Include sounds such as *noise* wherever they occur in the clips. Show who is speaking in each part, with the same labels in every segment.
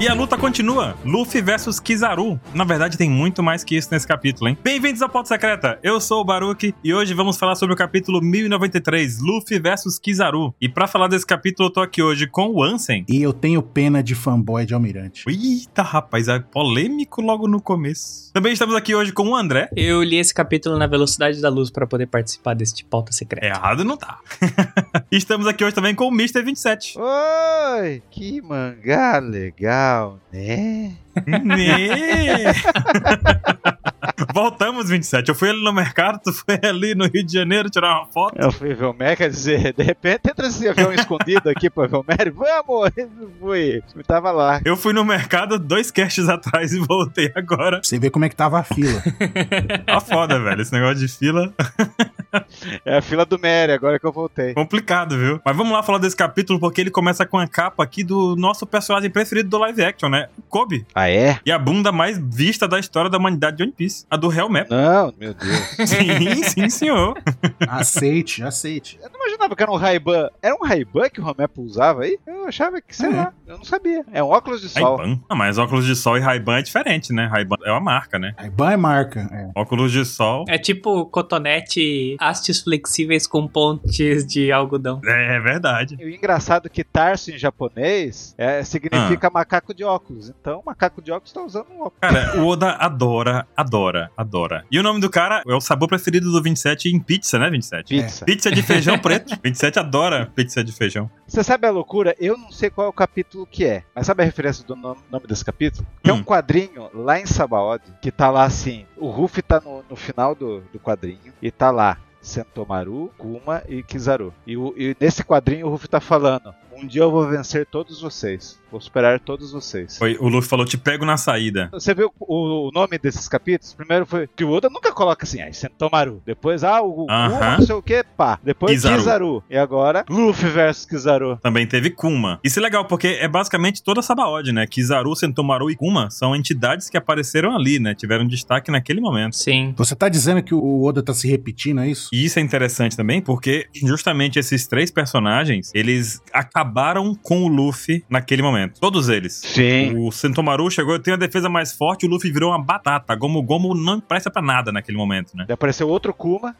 Speaker 1: E a luta continua. Luffy versus Kizaru. Na verdade, tem muito mais que isso nesse capítulo, hein? Bem-vindos ao Ponto Secreta. Eu sou o Baruki e hoje vamos falar sobre o capítulo 1093, Luffy versus Kizaru. E pra falar desse capítulo, eu tô aqui hoje com o Ansem.
Speaker 2: E eu tenho pena de fanboy de Almirante.
Speaker 1: Eita, rapaz, é polêmico logo no começo. Também estamos aqui hoje com o André.
Speaker 3: Eu li esse capítulo na velocidade da luz pra poder participar deste pauta secreta.
Speaker 1: Errado não tá. *laughs* estamos aqui hoje também com o Mr. 27.
Speaker 4: Oi, que mangá legal, né?
Speaker 1: Né? *laughs* Voltamos, 27. Eu fui ali no mercado, tu foi ali no Rio de Janeiro tirar uma foto.
Speaker 4: Eu fui ver É o Meca dizer, de repente, entra esse avião um escondido aqui pro avião *laughs* Mary. Vamos! Fui, eu tava lá.
Speaker 1: Eu fui no mercado dois casts atrás e voltei agora.
Speaker 2: Pra você ver como é que tava a fila.
Speaker 1: Tá foda, velho. Esse negócio de fila
Speaker 4: É a fila do Mary, agora que eu voltei.
Speaker 1: complicado, viu? Mas vamos lá falar desse capítulo, porque ele começa com a capa aqui do nosso personagem preferido do live action, né? O Kobe.
Speaker 4: Ah, é?
Speaker 1: E a bunda mais vista da história da humanidade de One Piece. A do
Speaker 4: *laughs*
Speaker 1: Hellmap.
Speaker 4: Não, meu *laughs* Deus.
Speaker 1: Sim, sim, senhor.
Speaker 2: aceite, aceite.
Speaker 4: Eu não imaginava que era um Ray-Ban. Era um Ray-Ban que o Romepo usava aí? Eu achava que, sei
Speaker 2: Ah, é?
Speaker 4: lá, eu não sabia. É um óculos de sol.
Speaker 1: Ray-Ban. Ah, mas óculos de sol e Ray-Ban é diferente, né? Ray-Ban é uma marca, né?
Speaker 2: Aí ban é marca. É.
Speaker 1: Óculos de sol.
Speaker 3: É tipo cotonete, hastes flexíveis com pontes de algodão.
Speaker 1: É, é verdade.
Speaker 4: E o engraçado é que Tarso em japonês é, significa macaco de óculos. Então, macaco de óculos tá usando um óculos.
Speaker 1: Cara, o Oda adora, adora, adora. E o nome do cara é o sabor preferido do 27 em pizza, né, 27?
Speaker 4: Pizza.
Speaker 1: Pizza de feijão *laughs* preto. 27 adora pizza de feijão.
Speaker 4: Você sabe a loucura? Eu não sei qual é o capítulo que é, mas sabe a referência do nome, nome desse capítulo? Tem
Speaker 1: Hum.
Speaker 4: um quadrinho lá em Sabaody que tá lá assim: o Ruffy tá no, no final do, do quadrinho e tá lá. Sentomaru, Kuma e Kizaru. E, o- e nesse quadrinho o Ruffy tá falando: Um dia eu vou vencer todos vocês. Vou superar todos vocês.
Speaker 1: Foi, o Luffy falou, te pego na saída.
Speaker 4: Você viu o, o nome desses capítulos? Primeiro foi que o Oda nunca coloca assim, ah, Sentomaru. Depois, ah, o Kuma,
Speaker 1: Aham.
Speaker 4: não sei o que, pá. Depois
Speaker 1: Kizaru.
Speaker 4: Kizaru. E agora, Luffy versus Kizaru.
Speaker 1: Também teve Kuma. Isso é legal, porque é basicamente toda a Sabaody, né? Kizaru, Sentomaru e Kuma são entidades que apareceram ali, né? Tiveram destaque naquele momento.
Speaker 3: Sim.
Speaker 2: Você tá dizendo que o Oda tá se repetindo, é isso?
Speaker 1: E isso é interessante também, porque justamente esses três personagens, eles acabaram com o Luffy naquele momento. Todos eles.
Speaker 4: Sim.
Speaker 1: O Sentomaru chegou, eu tenho a defesa mais forte, o Luffy virou uma batata. Gomu Gomu não presta pra nada naquele momento, né?
Speaker 4: Daí apareceu outro Kuma.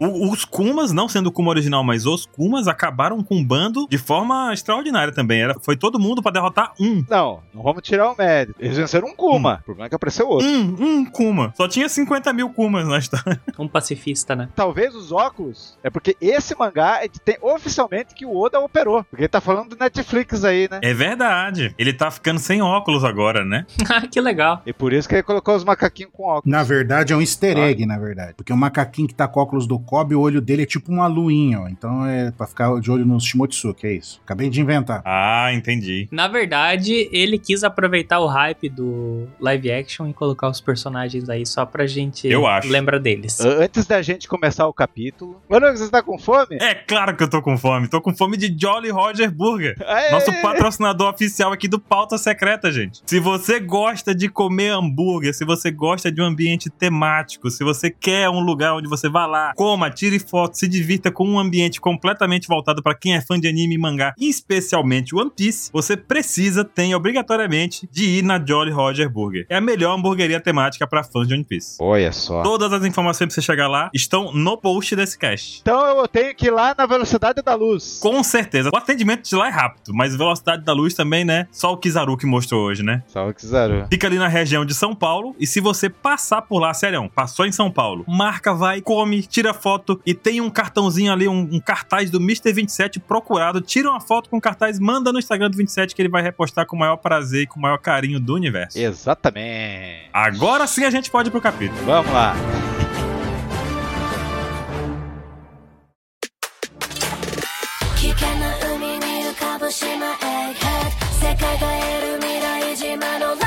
Speaker 1: O- os Kumas, não sendo o Kuma original, mas os Kumas acabaram com o bando de forma extraordinária também. Era, foi todo mundo pra derrotar um.
Speaker 4: Não, não vamos tirar o mérito. Eles venceram um Kuma. O problema é que apareceu outro.
Speaker 1: Um, um Kuma. Só tinha 50 mil Kumas na história. *laughs*
Speaker 3: Um pacifista, né? *laughs*
Speaker 4: Talvez os óculos. É porque esse mangá é que tem oficialmente que o Oda operou. Porque ele tá falando do Netflix aí, né?
Speaker 1: É verdade. Ele tá ficando sem óculos agora, né?
Speaker 3: Ah, que legal.
Speaker 4: E por isso que ele colocou os macaquinhos com óculos.
Speaker 2: Na verdade, é um easter egg, na verdade. Porque o macaquinho que tá com óculos do Kobe, o olho dele é tipo uma luinha, ó. Então é pra ficar de olho no Shimotsuki, é isso. Acabei de inventar.
Speaker 1: Ah, entendi.
Speaker 3: Na verdade, ele quis aproveitar o hype do live action e colocar os personagens aí só pra gente
Speaker 1: Eu acho.
Speaker 3: lembrar deles.
Speaker 4: Antes da gente começar o capítulo. Mano, você tá com fome?
Speaker 1: É claro que eu tô com fome. Tô com fome de Jolly Roger Burger.
Speaker 4: Aê!
Speaker 1: Nosso patrocinador oficial aqui do Pauta Secreta, gente. Se você gosta de comer hambúrguer, se você gosta de um ambiente temático, se você quer um lugar onde você vá lá, coma, tire foto, se divirta com um ambiente completamente voltado para quem é fã de anime e mangá, e especialmente One Piece, você precisa, tem obrigatoriamente, de ir na Jolly Roger Burger. É a melhor hamburgueria temática para fãs de One Piece.
Speaker 4: Olha só.
Speaker 1: Todas as informações pra você chegar lá estão no post desse cast.
Speaker 4: Então eu tenho que ir lá na velocidade da luz.
Speaker 1: Com certeza. O atendimento de lá é rápido, mas velocidade da luz também, né? Só o Kizaru que mostrou hoje, né?
Speaker 4: Salve, Kizaru.
Speaker 1: Fica ali na região de São Paulo e se você passar por lá, sério, passou em São Paulo, marca, vai, come, tira foto e tem um cartãozinho ali, um, um cartaz do Mr. 27 procurado, tira uma foto com o cartaz, manda no Instagram do 27 que ele vai repostar com o maior prazer e com o maior carinho do universo.
Speaker 4: Exatamente.
Speaker 1: Agora sim a gente pode ir pro capítulo.
Speaker 4: Vamos lá.
Speaker 5: 「危険な海に浮かぶ島エッグヘッド」「世界が得る未来島のラボフェイ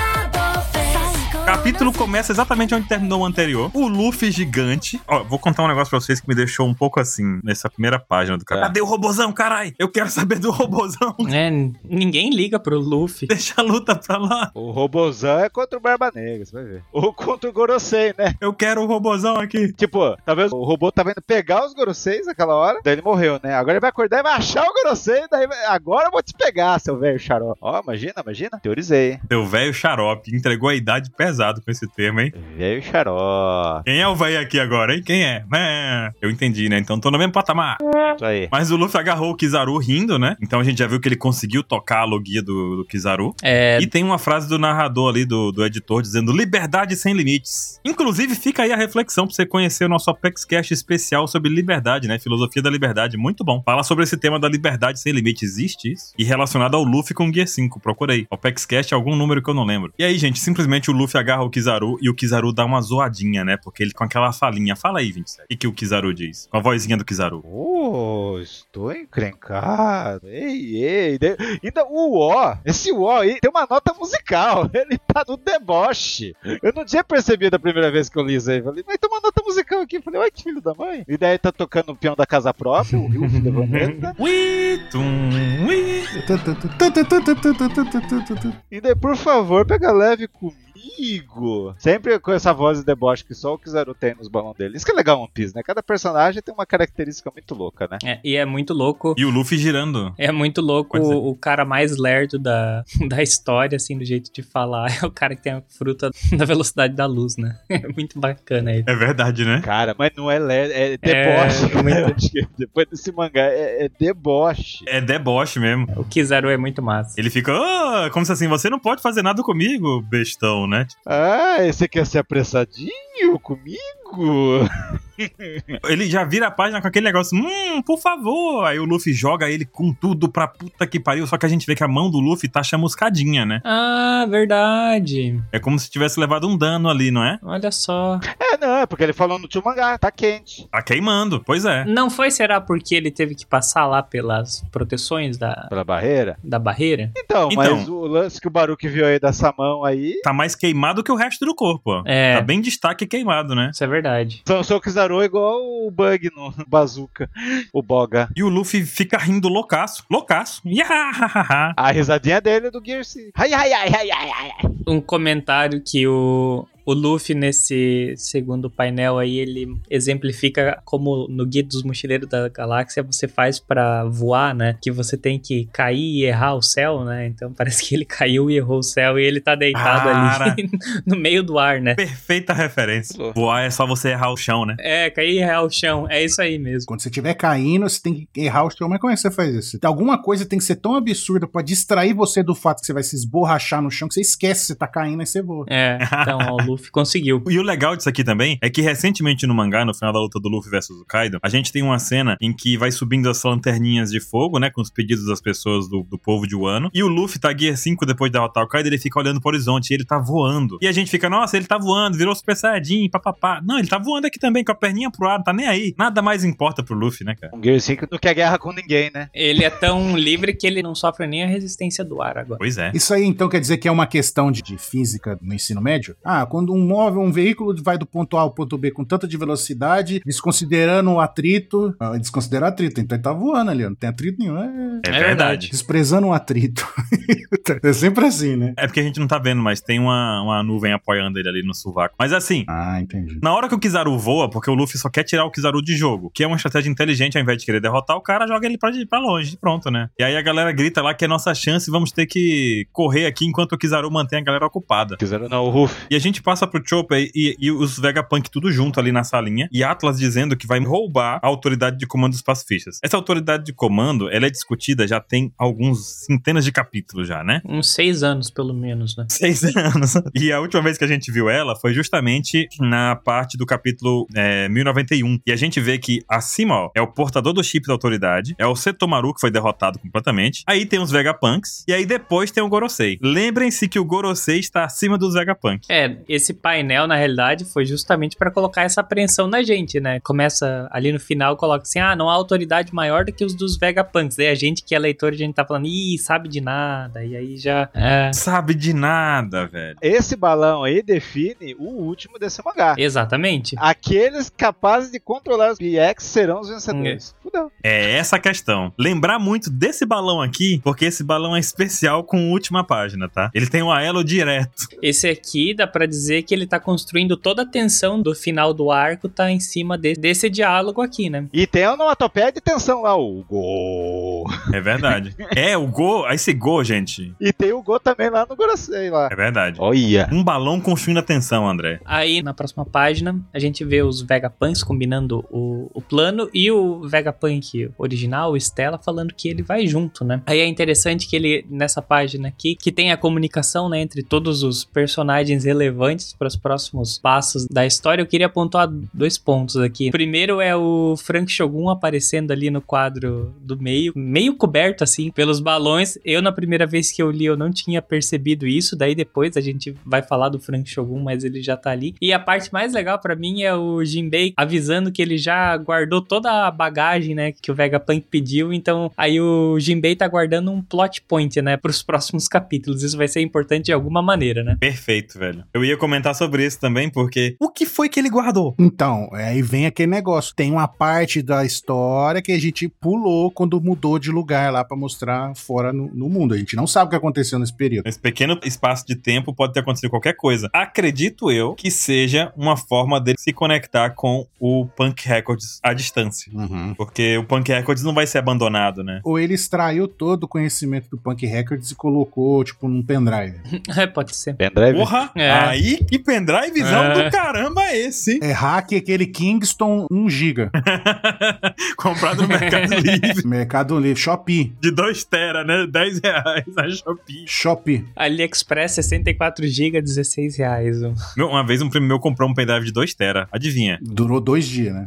Speaker 5: ス」
Speaker 1: capítulo começa exatamente onde terminou o anterior. O Luffy gigante. Ó, vou contar um negócio pra vocês que me deixou um pouco assim nessa primeira página do capítulo.
Speaker 4: Tá.
Speaker 1: Cadê o robozão, carai? Eu quero saber do robozão. *laughs*
Speaker 3: É, ninguém liga pro Luffy.
Speaker 1: Deixa a luta pra lá.
Speaker 4: O Robozão é contra o Barba Negra, você vai ver. Ou contra o Gorosei, né?
Speaker 1: Eu quero o robozão aqui.
Speaker 4: Tipo, talvez o robô tava indo pegar os Goroseis naquela hora, daí ele morreu, né? Agora ele vai acordar e vai achar o Gorosei, daí vai... agora eu vou te pegar, seu velho xarope. Ó, imagina, imagina. Teorizei, hein?
Speaker 1: Seu velho xarope entregou a idade pesado com esse termo, hein?
Speaker 4: Velho xarope.
Speaker 1: Quem é o velho aqui agora, hein? Quem é? É, Eu entendi, né? Então tô no mesmo patamar.
Speaker 4: Isso aí.
Speaker 1: Mas o Luffy agarrou o Kizaru rindo, né? Então a gente já viu que ele conseguiu tocar a logia do, do Kizaru.
Speaker 3: É,
Speaker 1: E tem uma frase do narrador ali, do, do editor, dizendo liberdade sem limites. Inclusive, fica aí a reflexão pra você conhecer o nosso Apex Cash especial sobre liberdade, né? Filosofia da liberdade, muito bom. Fala sobre esse tema da liberdade sem limites, existe isso? E relacionado ao Luffy com o Gear 5, procurei. Apex Cash é algum número que eu não lembro. E aí, gente, simplesmente o Luffy agarra o Kizaru e o Kizaru dá uma zoadinha, né? Porque ele com aquela falinha, fala aí, 27. E que o Kizaru diz? Com a vozinha do Kizaru.
Speaker 4: Oh, estou encrencado. Ei, ei. De- Ainda o O, esse O aí tem uma nota musical. *laughs* Ele tá no deboche. Eu não tinha percebido a primeira vez que eu li isso aí. Falei, mas tem uma nota musical aqui. Falei, ué, que filho da mãe. E daí tá tocando o peão da casa própria, o Rio levando ele, né?
Speaker 1: Ui, tum, ui.
Speaker 4: E daí, por favor, pega leve comigo. Sempre com essa voz de deboche que só o Kizaru tem nos balões dele. Isso que é legal One Piece, né? Cada personagem tem uma característica muito louca, né?
Speaker 3: é, e é muito louco.
Speaker 1: E o Luffy girando.
Speaker 3: É muito louco
Speaker 1: Pois é.
Speaker 3: o, o cara mais lerdo da, *laughs* da história, assim, do jeito de falar. É o cara que tem a fruta *laughs* da velocidade da luz, né? *laughs* É muito bacana ele.
Speaker 1: É verdade, né?
Speaker 4: Cara, mas não é leve, é deboche.
Speaker 3: É,
Speaker 4: né? *laughs* Acho que Depois desse mangá, é, é deboche.
Speaker 1: É deboche mesmo.
Speaker 3: O Kizaru é muito massa.
Speaker 1: Ele fica, "Ah", como se assim, você não pode fazer nada comigo, bestão, né?
Speaker 4: Ah, esse quer ser apressadinho comigo? *laughs*
Speaker 1: Ele já vira a página com aquele negócio, hum, por favor. Aí o Luffy joga ele com tudo pra puta que pariu, só que a gente vê que a mão do Luffy tá chamuscadinha, né?
Speaker 3: Ah, verdade.
Speaker 1: É como se tivesse levado um dano ali, não é?
Speaker 3: Olha só.
Speaker 4: É, não, é porque ele falou no tio mangá, tá quente.
Speaker 1: Tá queimando, pois é.
Speaker 3: Não foi, será, porque ele teve que passar lá pelas proteções da,
Speaker 4: Pela barreira?
Speaker 3: da barreira?
Speaker 4: Então,
Speaker 1: Então.
Speaker 4: mas o lance que o Baruque viu aí dessa mão aí.
Speaker 1: Tá mais queimado que o resto do corpo, ó.
Speaker 3: É.
Speaker 1: Tá bem destaque queimado, né?
Speaker 3: Isso é verdade.
Speaker 4: São só o Kizaru é igual o Bug no *laughs* Bazooka. O Boga.
Speaker 1: E o Luffy fica rindo loucaço, loucaço. *laughs* Yahahaha.
Speaker 4: A risadinha dele é do Gear 5. Ai, ai, ai, ai, ai, ai. ai.
Speaker 3: um comentário que o, o Luffy, nesse segundo painel aí, ele exemplifica como no Guia dos Mochileiros da Galáxia você faz pra voar, né? Que você tem que cair e errar o céu, né? Então *laughs* parece que ele caiu e errou o céu e ele tá deitado
Speaker 1: Cara.
Speaker 3: ali *laughs* no meio do ar, né?
Speaker 1: Perfeita referência. Voar é só você errar o chão, né?
Speaker 3: É, cair e errar o chão. É isso aí mesmo.
Speaker 2: Quando você estiver caindo, você tem que errar o seu. Mas como é que você faz isso? Alguma coisa tem que ser tão absurda pra distrair você do fato que você vai se esborrachar no chão que você esquece que você tá caindo e você voa.
Speaker 3: É, então ó, o Luffy conseguiu.
Speaker 1: E o legal disso aqui também é que recentemente no mangá, no final da luta do Luffy versus o Kaido, a gente tem uma cena em que vai subindo as lanterninhas de fogo, né? Com os pedidos das pessoas do, do povo de Wano. E o Luffy tá Gear 5 depois de derrotar o Kaido, ele fica olhando pro horizonte e ele tá voando. E a gente fica, nossa, ele tá voando, virou Super Saiyajin, papapá. Não, ele tá voando aqui também, com a perninha pro ar, não tá nem aí. Nada mais importa pro Luffy, né, cara?
Speaker 4: Um Gear 5 não quer guerra com ninguém, né?
Speaker 3: Ele é tão livre que ele não sofre nem a resistência do ar agora.
Speaker 1: Pois é.
Speaker 2: Isso aí então quer dizer que é uma questão de, de física no ensino médio? Ah, quando um móvel, um veículo vai do ponto A ao ponto B com tanta de velocidade, desconsiderando o atrito, ah, desconsidera o atrito, então ele tá voando ali, ó, não tem atrito nenhum, é...
Speaker 1: É,
Speaker 3: É verdade.
Speaker 1: verdade.
Speaker 2: desprezando o atrito. *laughs* é sempre assim, né?
Speaker 1: É porque a gente não tá vendo, mas tem uma, uma nuvem apoiando ele ali no sovaco. Mas assim,
Speaker 2: Ah, entendi.
Speaker 1: Na hora que o Kizaru voa, porque o Luffy só quer tirar o Kizaru de jogo, que é uma estratégia inteligente, ao invés de querer derrotar o cara, joga ele pra, pra longe, pronto, né? E aí a galera grita lá que é nossa chance, vamos ter que correr aqui enquanto o Kizaru mantém a galera ocupada.
Speaker 4: Kizaru não, o Ruff.
Speaker 1: E a gente passa pro Chopper e, e os Vegapunk tudo junto ali na salinha, e Atlas dizendo que vai roubar a autoridade de comando dos pacifistas. Essa autoridade de comando, ela é discutida já tem alguns centenas de capítulos já, né?
Speaker 3: Uns seis anos, pelo menos, né?
Speaker 1: *laughs* Seis anos. E a última vez que a gente viu ela foi justamente na parte do capítulo é, 1091. E a gente vê que acima, ó, é o portador do chip da autoridade, é o Setomaru, que foi derrotado completamente. Aí tem os Vegapunks, e aí depois tem o Gorosei. Lembrem-se que o Gorosei está acima dos Vegapunks.
Speaker 3: É, esse esse painel, na realidade, foi justamente pra colocar essa apreensão na gente, né? Começa ali no final, coloca assim: ah, não há autoridade maior do que os dos Vegapunks. Daí a gente que é leitor, a gente tá falando, ih, sabe de nada. E aí já. É,
Speaker 1: Sabe de nada, velho.
Speaker 4: Esse balão aí define o último desse mangá.
Speaker 3: exatamente.
Speaker 4: Aqueles capazes de controlar os BX serão os vencedores. Fudeu.
Speaker 1: É essa a questão. Lembrar muito desse balão aqui, porque esse balão é especial com a última página, tá? Ele tem um aelo direto.
Speaker 3: Esse aqui dá pra dizer que ele tá construindo toda a tensão do final do arco, tá em cima de- desse diálogo aqui, né?
Speaker 4: E tem a onomatopeia de tensão lá, o gol.
Speaker 1: É *laughs* verdade. é, o gol. Esse gol, gente.
Speaker 4: E tem o gol também lá no Gorosei lá.
Speaker 1: É verdade.
Speaker 4: Olha.
Speaker 1: Um balão construindo a tensão, André.
Speaker 3: Aí na próxima página a gente vê os Vegapunks combinando o, o plano e o Vegapunk original, o Stella, falando que ele vai junto, né? Aí é interessante que ele, nessa página aqui, que tem a comunicação né, entre todos os personagens relevantes para os próximos passos da história, eu queria apontar dois pontos aqui. Primeiro é o Frank Shogun aparecendo ali no quadro do meio, meio coberto assim pelos balões. Eu na primeira vez que eu li eu não tinha percebido isso, daí depois a gente vai falar do Frank Shogun, mas ele já tá ali. E a parte mais legal pra mim é o Jinbei avisando que ele já guardou toda a bagagem, né, que o Vegapunk pediu. Então, aí o Jinbei tá guardando um plot point, né, pros próximos capítulos. Isso vai ser importante de alguma maneira, né? *laughs*
Speaker 1: Perfeito, velho. Eu ia comentar sobre isso também, porque o que foi que ele guardou?
Speaker 2: Então, aí vem aquele negócio. Tem uma parte da história que a gente pulou quando mudou de lugar lá pra mostrar fora no, no mundo. A gente não sabe o que aconteceu nesse período.
Speaker 1: Nesse pequeno espaço de tempo pode ter acontecido qualquer coisa. Acredito eu que seja uma forma dele se conectar com o Punk Records à distância. Porque o Punk Records não vai ser abandonado, né?
Speaker 2: Ou ele extraiu todo o conhecimento do Punk Records e colocou, tipo, num pendrive.
Speaker 3: É, pode ser.
Speaker 4: Pendrive.
Speaker 1: Porra!
Speaker 3: É.
Speaker 1: Aí que pendrivezão
Speaker 3: É.
Speaker 1: do caramba é esse, hein?
Speaker 2: É hack aquele Kingston 1 GB.
Speaker 1: *laughs* Comprado no Mercado *laughs* Livre
Speaker 2: Mercado Livre. Shopee.
Speaker 1: de 2 tera, né? 10 reais na Shopee.
Speaker 2: Shopee.
Speaker 3: AliExpress 64GB, 16 reais.
Speaker 1: Meu, uma vez um primo meu comprou um pendrive de 2 tera. Adivinha?
Speaker 2: Durou dois dias, né?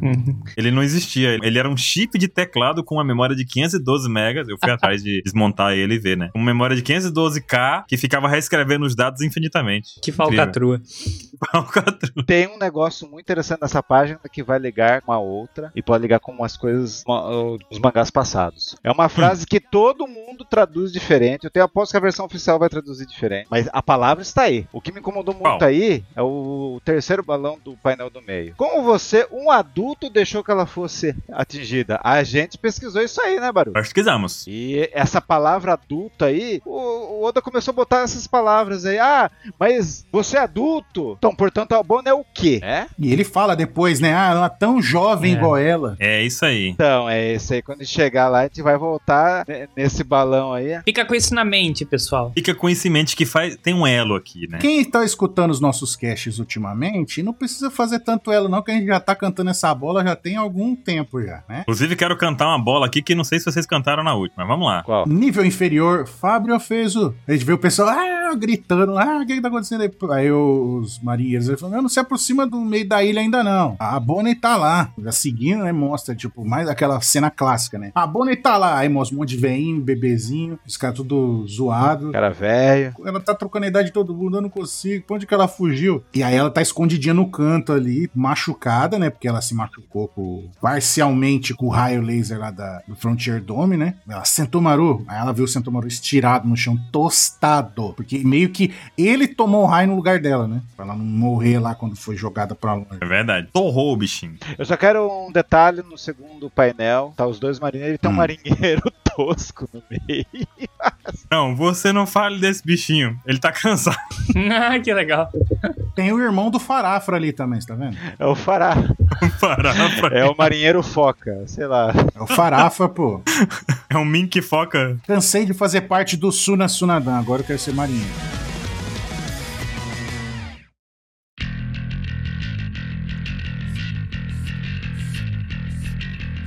Speaker 1: Ele não existia. Ele era um chip de teclado com uma memória de 512 megas. Eu fui atrás de desmontar ele e ver, né? Uma memória de 512K que ficava reescrevendo os dados infinitamente.
Speaker 3: *laughs* Que falcatrua.
Speaker 1: *laughs* Falcatrua.
Speaker 4: Tem um negócio muito interessante nessa página que vai ligar com a outra e pode ligar com umas coisas, uma- os mangás passados. É uma frase que todo mundo traduz diferente. Eu tenho aposto que a versão oficial vai traduzir diferente. Mas a palavra está aí. O que me incomodou muito
Speaker 1: Qual?
Speaker 4: aí é o terceiro balão do painel do meio. Como você, um adulto, deixou que ela fosse atingida? A gente pesquisou isso aí, né, Baru?
Speaker 1: Nós pesquisamos.
Speaker 4: E essa palavra adulto aí, o, o Oda começou a botar essas palavras aí. Ah, mas você é adulto? Então, portanto, a Bona é o quê? É?
Speaker 2: E ele fala depois, né? Ah, ela é tão jovem
Speaker 3: É.
Speaker 2: igual ela.
Speaker 1: É isso aí.
Speaker 4: Então, é isso aí. Quando chegar lá, a gente vai voltar ne- nesse balão aí.
Speaker 3: Fica com isso na mente, pessoal. *laughs*
Speaker 1: Fica com esse em mente que faz... tem um elo aqui, né?
Speaker 2: Quem tá escutando os nossos caches ultimamente, não precisa fazer tanto ela, não, que a gente já tá cantando essa bola já tem algum tempo já, né?
Speaker 1: Inclusive, quero cantar uma bola aqui que não sei se vocês cantaram na última, mas vamos lá.
Speaker 4: Qual?
Speaker 2: Nível inferior, Fábio fez o. A gente vê o pessoal ah, gritando, ah, o que, que tá acontecendo aí? Aí os marinheiros ele falou, não, não se aproxima do meio da ilha ainda não. A Bonnie tá lá, já seguindo, né? Mostra, tipo, mais aquela cena clássica, né? A Bonnie tá lá, aí mostra um monte de veinho, bebezinho, os caras tudo zoado.
Speaker 4: Cara velho.
Speaker 2: Ela tá trocando a idade de todo mundo, eu não consigo. Pra onde que ela fugiu? E aí ela tá escondidinha no canto ali, machucada, né? Porque ela se machucou com- parcialmente com o raio laser lá da, do Frontier Dome, né? Ela sentou Maru. Aí ela viu o Sentomaru estirado no chão, tostado. Porque meio que ele tomou o raio no lugar dela, né? Pra ela não morrer lá quando foi jogada pra longe.
Speaker 1: É verdade. Torrou o bichinho.
Speaker 4: Eu só quero um detalhe no segundo painel. Tá os dois marinheiros e tem um
Speaker 2: Hum.
Speaker 4: marinheiro *laughs* tosco né? no meio.
Speaker 1: Não, você não fale desse bichinho. Ele tá *laughs* cansado.
Speaker 3: Ah, que legal.
Speaker 2: Tem o irmão do Farafra ali também, você tá vendo?
Speaker 4: É o Fará.
Speaker 1: Parar pra...
Speaker 4: É o marinheiro foca. Sei lá.
Speaker 2: É o Farafra, *laughs* pô.
Speaker 1: É um mink que foca
Speaker 2: Cansei de fazer parte do Suna Sunadan, agora eu quero ser marinheiro.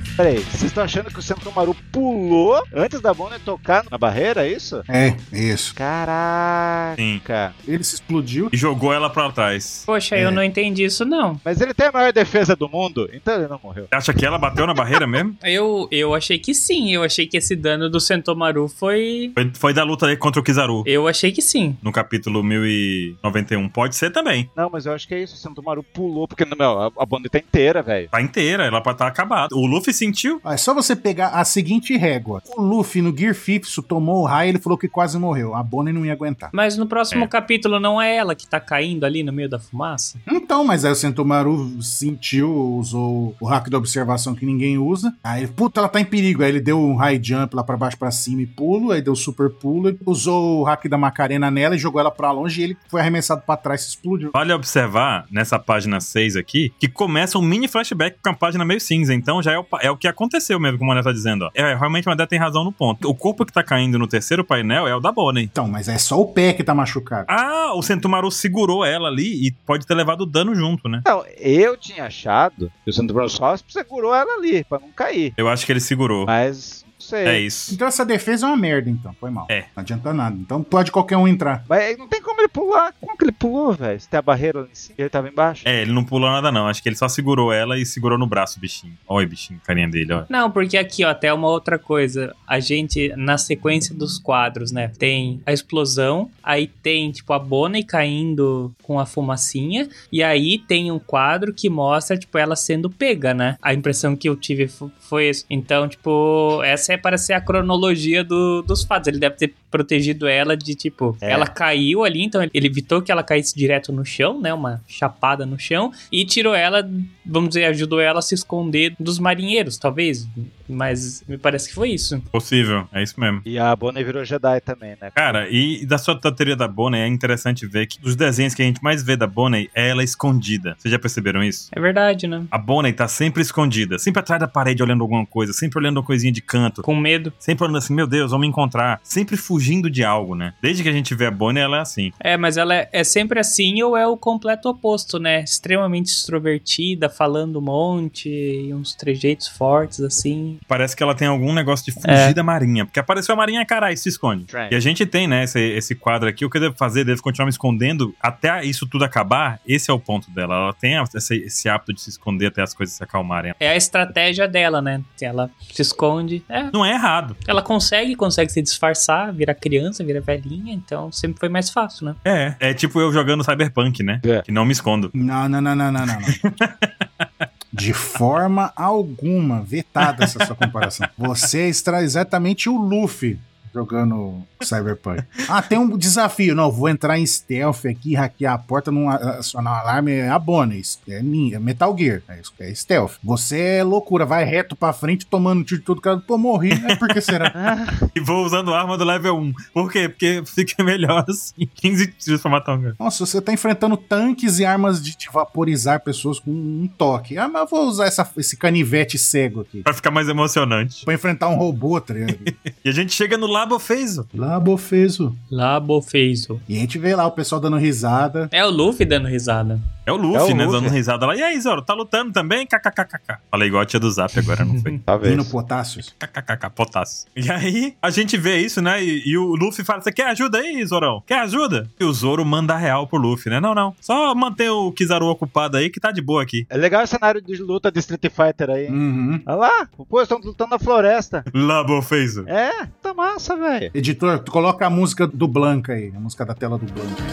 Speaker 4: A peraí, vocês estão achando que o Sentomaru pulou antes da Bonnie tocar na barreira, é isso?
Speaker 2: É, isso.
Speaker 4: Caraca.
Speaker 2: Ele se explodiu.
Speaker 1: E jogou ela pra trás.
Speaker 3: Poxa, eu
Speaker 2: É.
Speaker 3: não entendi isso, não.
Speaker 4: Mas ele tem a maior defesa do mundo, então ele não morreu.
Speaker 1: Acha que ela bateu na barreira mesmo?
Speaker 3: Eu, eu achei que sim, eu achei que esse dano do Sentomaru foi.
Speaker 1: Foi, foi da luta dele contra o Kizaru.
Speaker 3: Eu achei que sim.
Speaker 1: No capítulo 1091. Pode ser também.
Speaker 4: Não, mas eu acho que é isso, o Sentomaru pulou, porque meu, a, a Bonnie tá inteira, velho.
Speaker 1: Tá inteira, ela tá acabada. O Luffy sentiu.
Speaker 2: Ah, É só você pegar a seguinte régua. O Luffy no Gear Fifth tomou o raio, ele falou que quase morreu. A Bonnie não ia aguentar.
Speaker 3: Mas no próximo
Speaker 1: É.
Speaker 3: capítulo não é ela que tá caindo ali no meio da fumaça?
Speaker 2: Então, mas aí o Sentomaru sentiu, usou o hack da observação que ninguém usa. Aí, puta, ela tá em perigo. Aí ele deu um high jump lá pra baixo, pra cima e pulo. Aí deu super pulo. Usou o hack da Macarena nela e jogou ela pra longe. E ele foi arremessado pra trás e explodiu.
Speaker 1: Vale observar, nessa página 6 aqui, que começa um mini flashback com a página meio cinza. Então já é o, pa- é o que aconteceu mesmo, como a Mané tá dizendo. Ó. É, realmente a Mané tem razão no ponto. O corpo que tá caindo no terceiro painel é o da Bonnie.
Speaker 2: Então, mas é só o pé que tá machucado.
Speaker 1: Ah, o Sentomaru segurou ela ali e pode ter levado o dano junto, né?
Speaker 4: Não, eu tinha achado que o Sentomaru só segurou ela ali, pra não cair.
Speaker 1: Eu acho que ele segurou.
Speaker 4: Mas, não sei.
Speaker 1: É isso.
Speaker 2: Então essa defesa é uma merda, então. Foi mal.
Speaker 1: É.
Speaker 2: Não adianta nada. Então pode qualquer um entrar.
Speaker 4: Mas não tem como ele pular. Como que ele pulou, velho? Se tem a barreira ali em cima, ele tava embaixo.
Speaker 1: É, ele não pulou nada não. Acho que ele só segurou ela e segurou no braço o bichinho. Olha o bichinho, carinha dele, olha.
Speaker 3: Não, porque aqui, ó, até uma outra coisa. A gente, na sequência dos quadros, né? Tem a explosão, aí tem, tipo, a Bonnie caindo com a fumacinha, e aí tem um quadro que mostra, tipo, ela sendo pega, né? A impressão que eu tive fo- foi isso. Então, tipo, essa é para ser a cronologia do- dos fatos. Ele deve ter protegido ela de, tipo,
Speaker 4: É.
Speaker 3: ela caiu ali, então ele evitou que ela caísse direto no chão, né? Uma chapada no chão, e tirou ela vamos dizer, ajudou ela a se esconder dos marinheiros, talvez. Mas me parece que foi isso.
Speaker 1: Possível, é isso mesmo.
Speaker 4: E a Bonnie virou Jedi também, né?
Speaker 1: Cara, e da sua da teoria da Bonnie, é interessante ver que dos desenhos que a gente mais vê da Bonnie é ela escondida. Vocês já perceberam isso?
Speaker 3: É verdade, né?
Speaker 1: A Bonnie tá sempre escondida, sempre atrás da parede olhando alguma coisa, sempre olhando uma coisinha de canto,
Speaker 3: Com medo.
Speaker 1: sempre olhando assim, meu Deus, vão me encontrar, sempre fugindo de algo, né? Desde que a gente vê a Bonnie, ela é assim.
Speaker 3: É, mas ela é, é sempre assim ou é o completo oposto, né? Extremamente extrovertida, falando um monte, e uns trejeitos fortes, assim.
Speaker 1: Parece que ela tem algum negócio de fugir
Speaker 3: É.
Speaker 1: da marinha. Porque apareceu a marinha, caralho, se esconde.
Speaker 4: Strange.
Speaker 1: E a gente tem, né, esse, esse quadro aqui. O que eu devo fazer? Devo continuar me escondendo até isso tudo acabar? Esse é o ponto dela. Ela tem esse, esse hábito de se esconder até as coisas se acalmarem.
Speaker 3: É a estratégia dela, né? Ela se esconde. É,
Speaker 1: Não é errado.
Speaker 3: ela consegue, consegue se disfarçar, vira criança, vira velhinha, então sempre foi mais fácil, né?
Speaker 1: É. É tipo eu jogando Cyberpunk, né?
Speaker 4: É.
Speaker 1: Que não me escondo.
Speaker 2: Não, não, não, não, não, não. não. De forma alguma, vetada essa sua comparação. Você está exatamente o Luffy jogando Cyberpunk. Ah, tem um desafio. Não, vou entrar em stealth aqui, hackear a porta, não a- acionar o alarme. É a Bonnie. isso É minha, é Metal Gear. É, isso, é stealth. Você é loucura, vai reto pra frente, tomando tiro de todo cara. Pô, morri. É porque será?
Speaker 4: Ah,
Speaker 1: E vou usando arma do level 1. Por quê? Porque *laughs* fica melhor assim. 15 tiros pra matar um cara.
Speaker 2: Nossa, você tá enfrentando tanques e armas de, de vaporizar pessoas com um toque. Ah, mas eu vou usar essa- esse canivete cego aqui.
Speaker 1: Pra ficar mais emocionante.
Speaker 2: Pra enfrentar um robô, tá ligado?
Speaker 1: E a gente chega no Labo Feizo.
Speaker 2: Labofeso.
Speaker 3: Labofeiso.
Speaker 2: E a gente vê lá o pessoal dando risada.
Speaker 3: É o Luffy dando risada.
Speaker 1: É o Luffy,
Speaker 4: É o
Speaker 1: né?
Speaker 4: Luffy.
Speaker 1: Dando risada lá. E aí, Zoro, tá lutando também? KKKKK. Falei igual a tia do Zap agora, não
Speaker 4: *laughs*
Speaker 1: foi?
Speaker 4: talvez.
Speaker 2: Vino Potássios.
Speaker 1: KKKK, potássio. E aí, a gente vê isso, né? E, e o Luffy fala: Você quer ajuda aí, Zorão? Quer ajuda? E o Zoro manda a real pro Luffy, né? Não, não. Só manter o Kizaru ocupado aí que tá de boa aqui. *laughs*
Speaker 4: É legal o cenário de luta de Street Fighter aí.
Speaker 1: Hum.
Speaker 4: hein?
Speaker 2: Uhum.
Speaker 4: Olha lá, pô, eles estão lutando na floresta.
Speaker 1: Labo fez.
Speaker 4: É, tá massa, velho.
Speaker 2: Editor, tu coloca a música do Blanca aí. A música da tela do Blanca.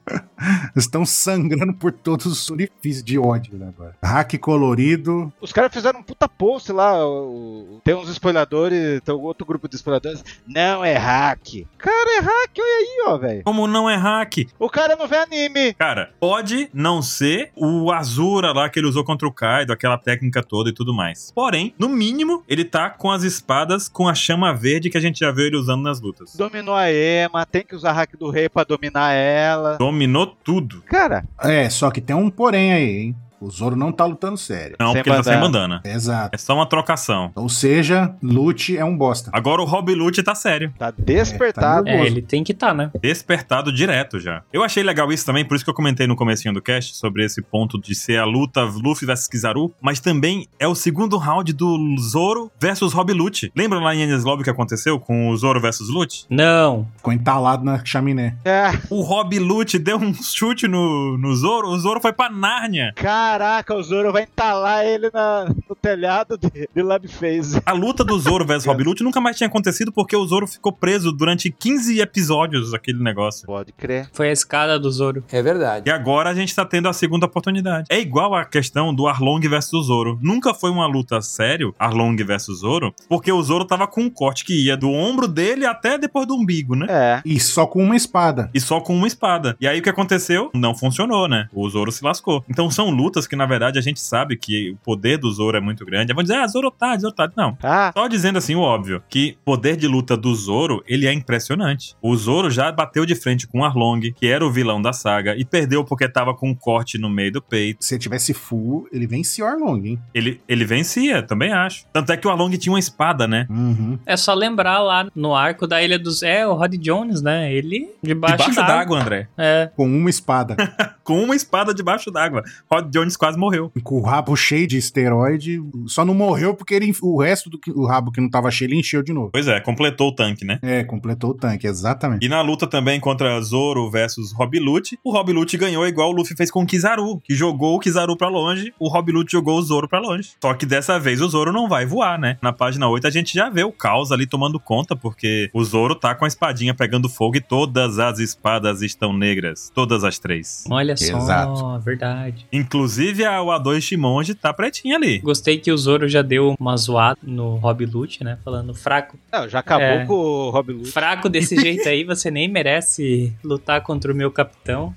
Speaker 2: Estão sangrando por todos os orifícios de ódio, né, agora. Hack colorido.
Speaker 4: Os caras fizeram um puta post lá. o- o- tem uns spoiladores, tem um outro grupo de spoiladores. Não é hack. Cara, é hack, olha aí, ó, velho.
Speaker 1: Como não é hack?
Speaker 4: O cara não vê anime.
Speaker 1: Cara, pode não ser o Azura lá que ele usou contra o Kaido, aquela técnica toda e tudo mais. Porém, no mínimo, ele tá com as espadas com a chama verde que a gente já viu ele usando nas lutas.
Speaker 4: Dominou a Ema, tem que usar hack do rei pra dominar ela.
Speaker 1: Dominou tudo.
Speaker 4: Cara,
Speaker 2: É, só que tem um porém aí, hein? O Zoro não tá lutando sério.
Speaker 1: Não,
Speaker 4: Sem
Speaker 1: porque ele tá sem bandana.
Speaker 2: Exato.
Speaker 1: É só uma trocação.
Speaker 2: Ou seja, Lute é um bosta.
Speaker 1: Agora o Rob Lute tá sério.
Speaker 4: tá despertado.
Speaker 2: É,
Speaker 3: *laughs* É,
Speaker 2: ele
Speaker 3: ele tem que estar, né?
Speaker 1: Despertado direto já. Eu achei legal isso também, por isso que eu comentei no comecinho do cast sobre esse ponto de ser a luta Luffy versus Kizaru, mas também é o segundo round do Zoro versus Rob Lute. Lembra lá em Enies Lobby que aconteceu com o Zoro versus Lute?
Speaker 3: Não.
Speaker 2: Ficou entalado na chaminé.
Speaker 4: É,
Speaker 1: O Rob Lute deu um *laughs* chute no, no Zoro, o Zoro foi pra Nárnia.
Speaker 4: caraca, o Zoro vai entalar ele na- no telhado de, de Lab Phase.
Speaker 1: A luta do Zoro versus Rob Lute nunca mais tinha acontecido porque o Zoro ficou preso durante 15 episódios daquele negócio.
Speaker 4: Pode crer.
Speaker 3: Foi a escada do Zoro.
Speaker 6: É verdade.
Speaker 1: E agora a gente tá tendo a segunda oportunidade. É igual a questão do Arlong versus Zoro. Nunca foi uma luta sério, Arlong versus Zoro, porque o Zoro tava com um corte que ia do ombro dele até depois do umbigo, né?
Speaker 4: É.
Speaker 2: E só com uma espada.
Speaker 1: E só com uma espada. E aí o que aconteceu? Não funcionou, né? O Zoro se lascou. Então são lutas que, na verdade, a gente sabe que o poder do Zoro é muito grande. Aí vão dizer, ah, Zoro tá, Zoro tá. Não.
Speaker 4: Ah,
Speaker 1: Só dizendo assim, o óbvio, que poder de luta do Zoro, ele é impressionante. O Zoro já bateu de frente com o Arlong, que era o vilão da saga, e perdeu porque tava com um corte no meio do peito.
Speaker 2: Se ele tivesse full, ele vencia o Arlong, hein?
Speaker 1: Ele, ele vencia, também acho. Tanto é que o Arlong tinha uma espada, né?
Speaker 2: Uhum.
Speaker 3: É só lembrar lá no arco da Ilha dos. É, o Rod Jones, né? Ele debaixo,
Speaker 1: Debaixo
Speaker 3: d'água.
Speaker 1: d'água, André.
Speaker 3: É.
Speaker 2: Com uma espada. *laughs*
Speaker 1: Com uma espada debaixo d'água. Rod Jones quase morreu.
Speaker 2: com o rabo cheio de esteroide. Só não morreu porque ele, o resto do que- o rabo que não tava cheio, ele encheu de novo.
Speaker 1: Pois é, completou o tanque, né?
Speaker 2: É, completou o tanque, exatamente.
Speaker 1: E na luta também contra Zoro versus Rob Lute, o Rob Lute ganhou igual o Luffy fez com o Kizaru, que jogou o Kizaru pra longe, o Rob Lute jogou o Zoro pra longe. Só que dessa vez o Zoro não vai voar, né? Na página 8 a gente já vê o caos ali tomando conta, porque o Zoro tá com a espadinha pegando fogo e todas as espadas estão negras, todas as três.
Speaker 3: Olha só,
Speaker 2: Exato.
Speaker 3: verdade.
Speaker 1: Inclusive a UA2 Shimonji tá pretinha ali.
Speaker 3: Gostei que o Zoro já deu uma zoada no Rob Lute, né? Falando fraco.
Speaker 4: não, já acabou
Speaker 3: É.
Speaker 4: com o Rob Lute.
Speaker 3: Fraco desse jeito aí, você nem merece lutar contra o meu capitão.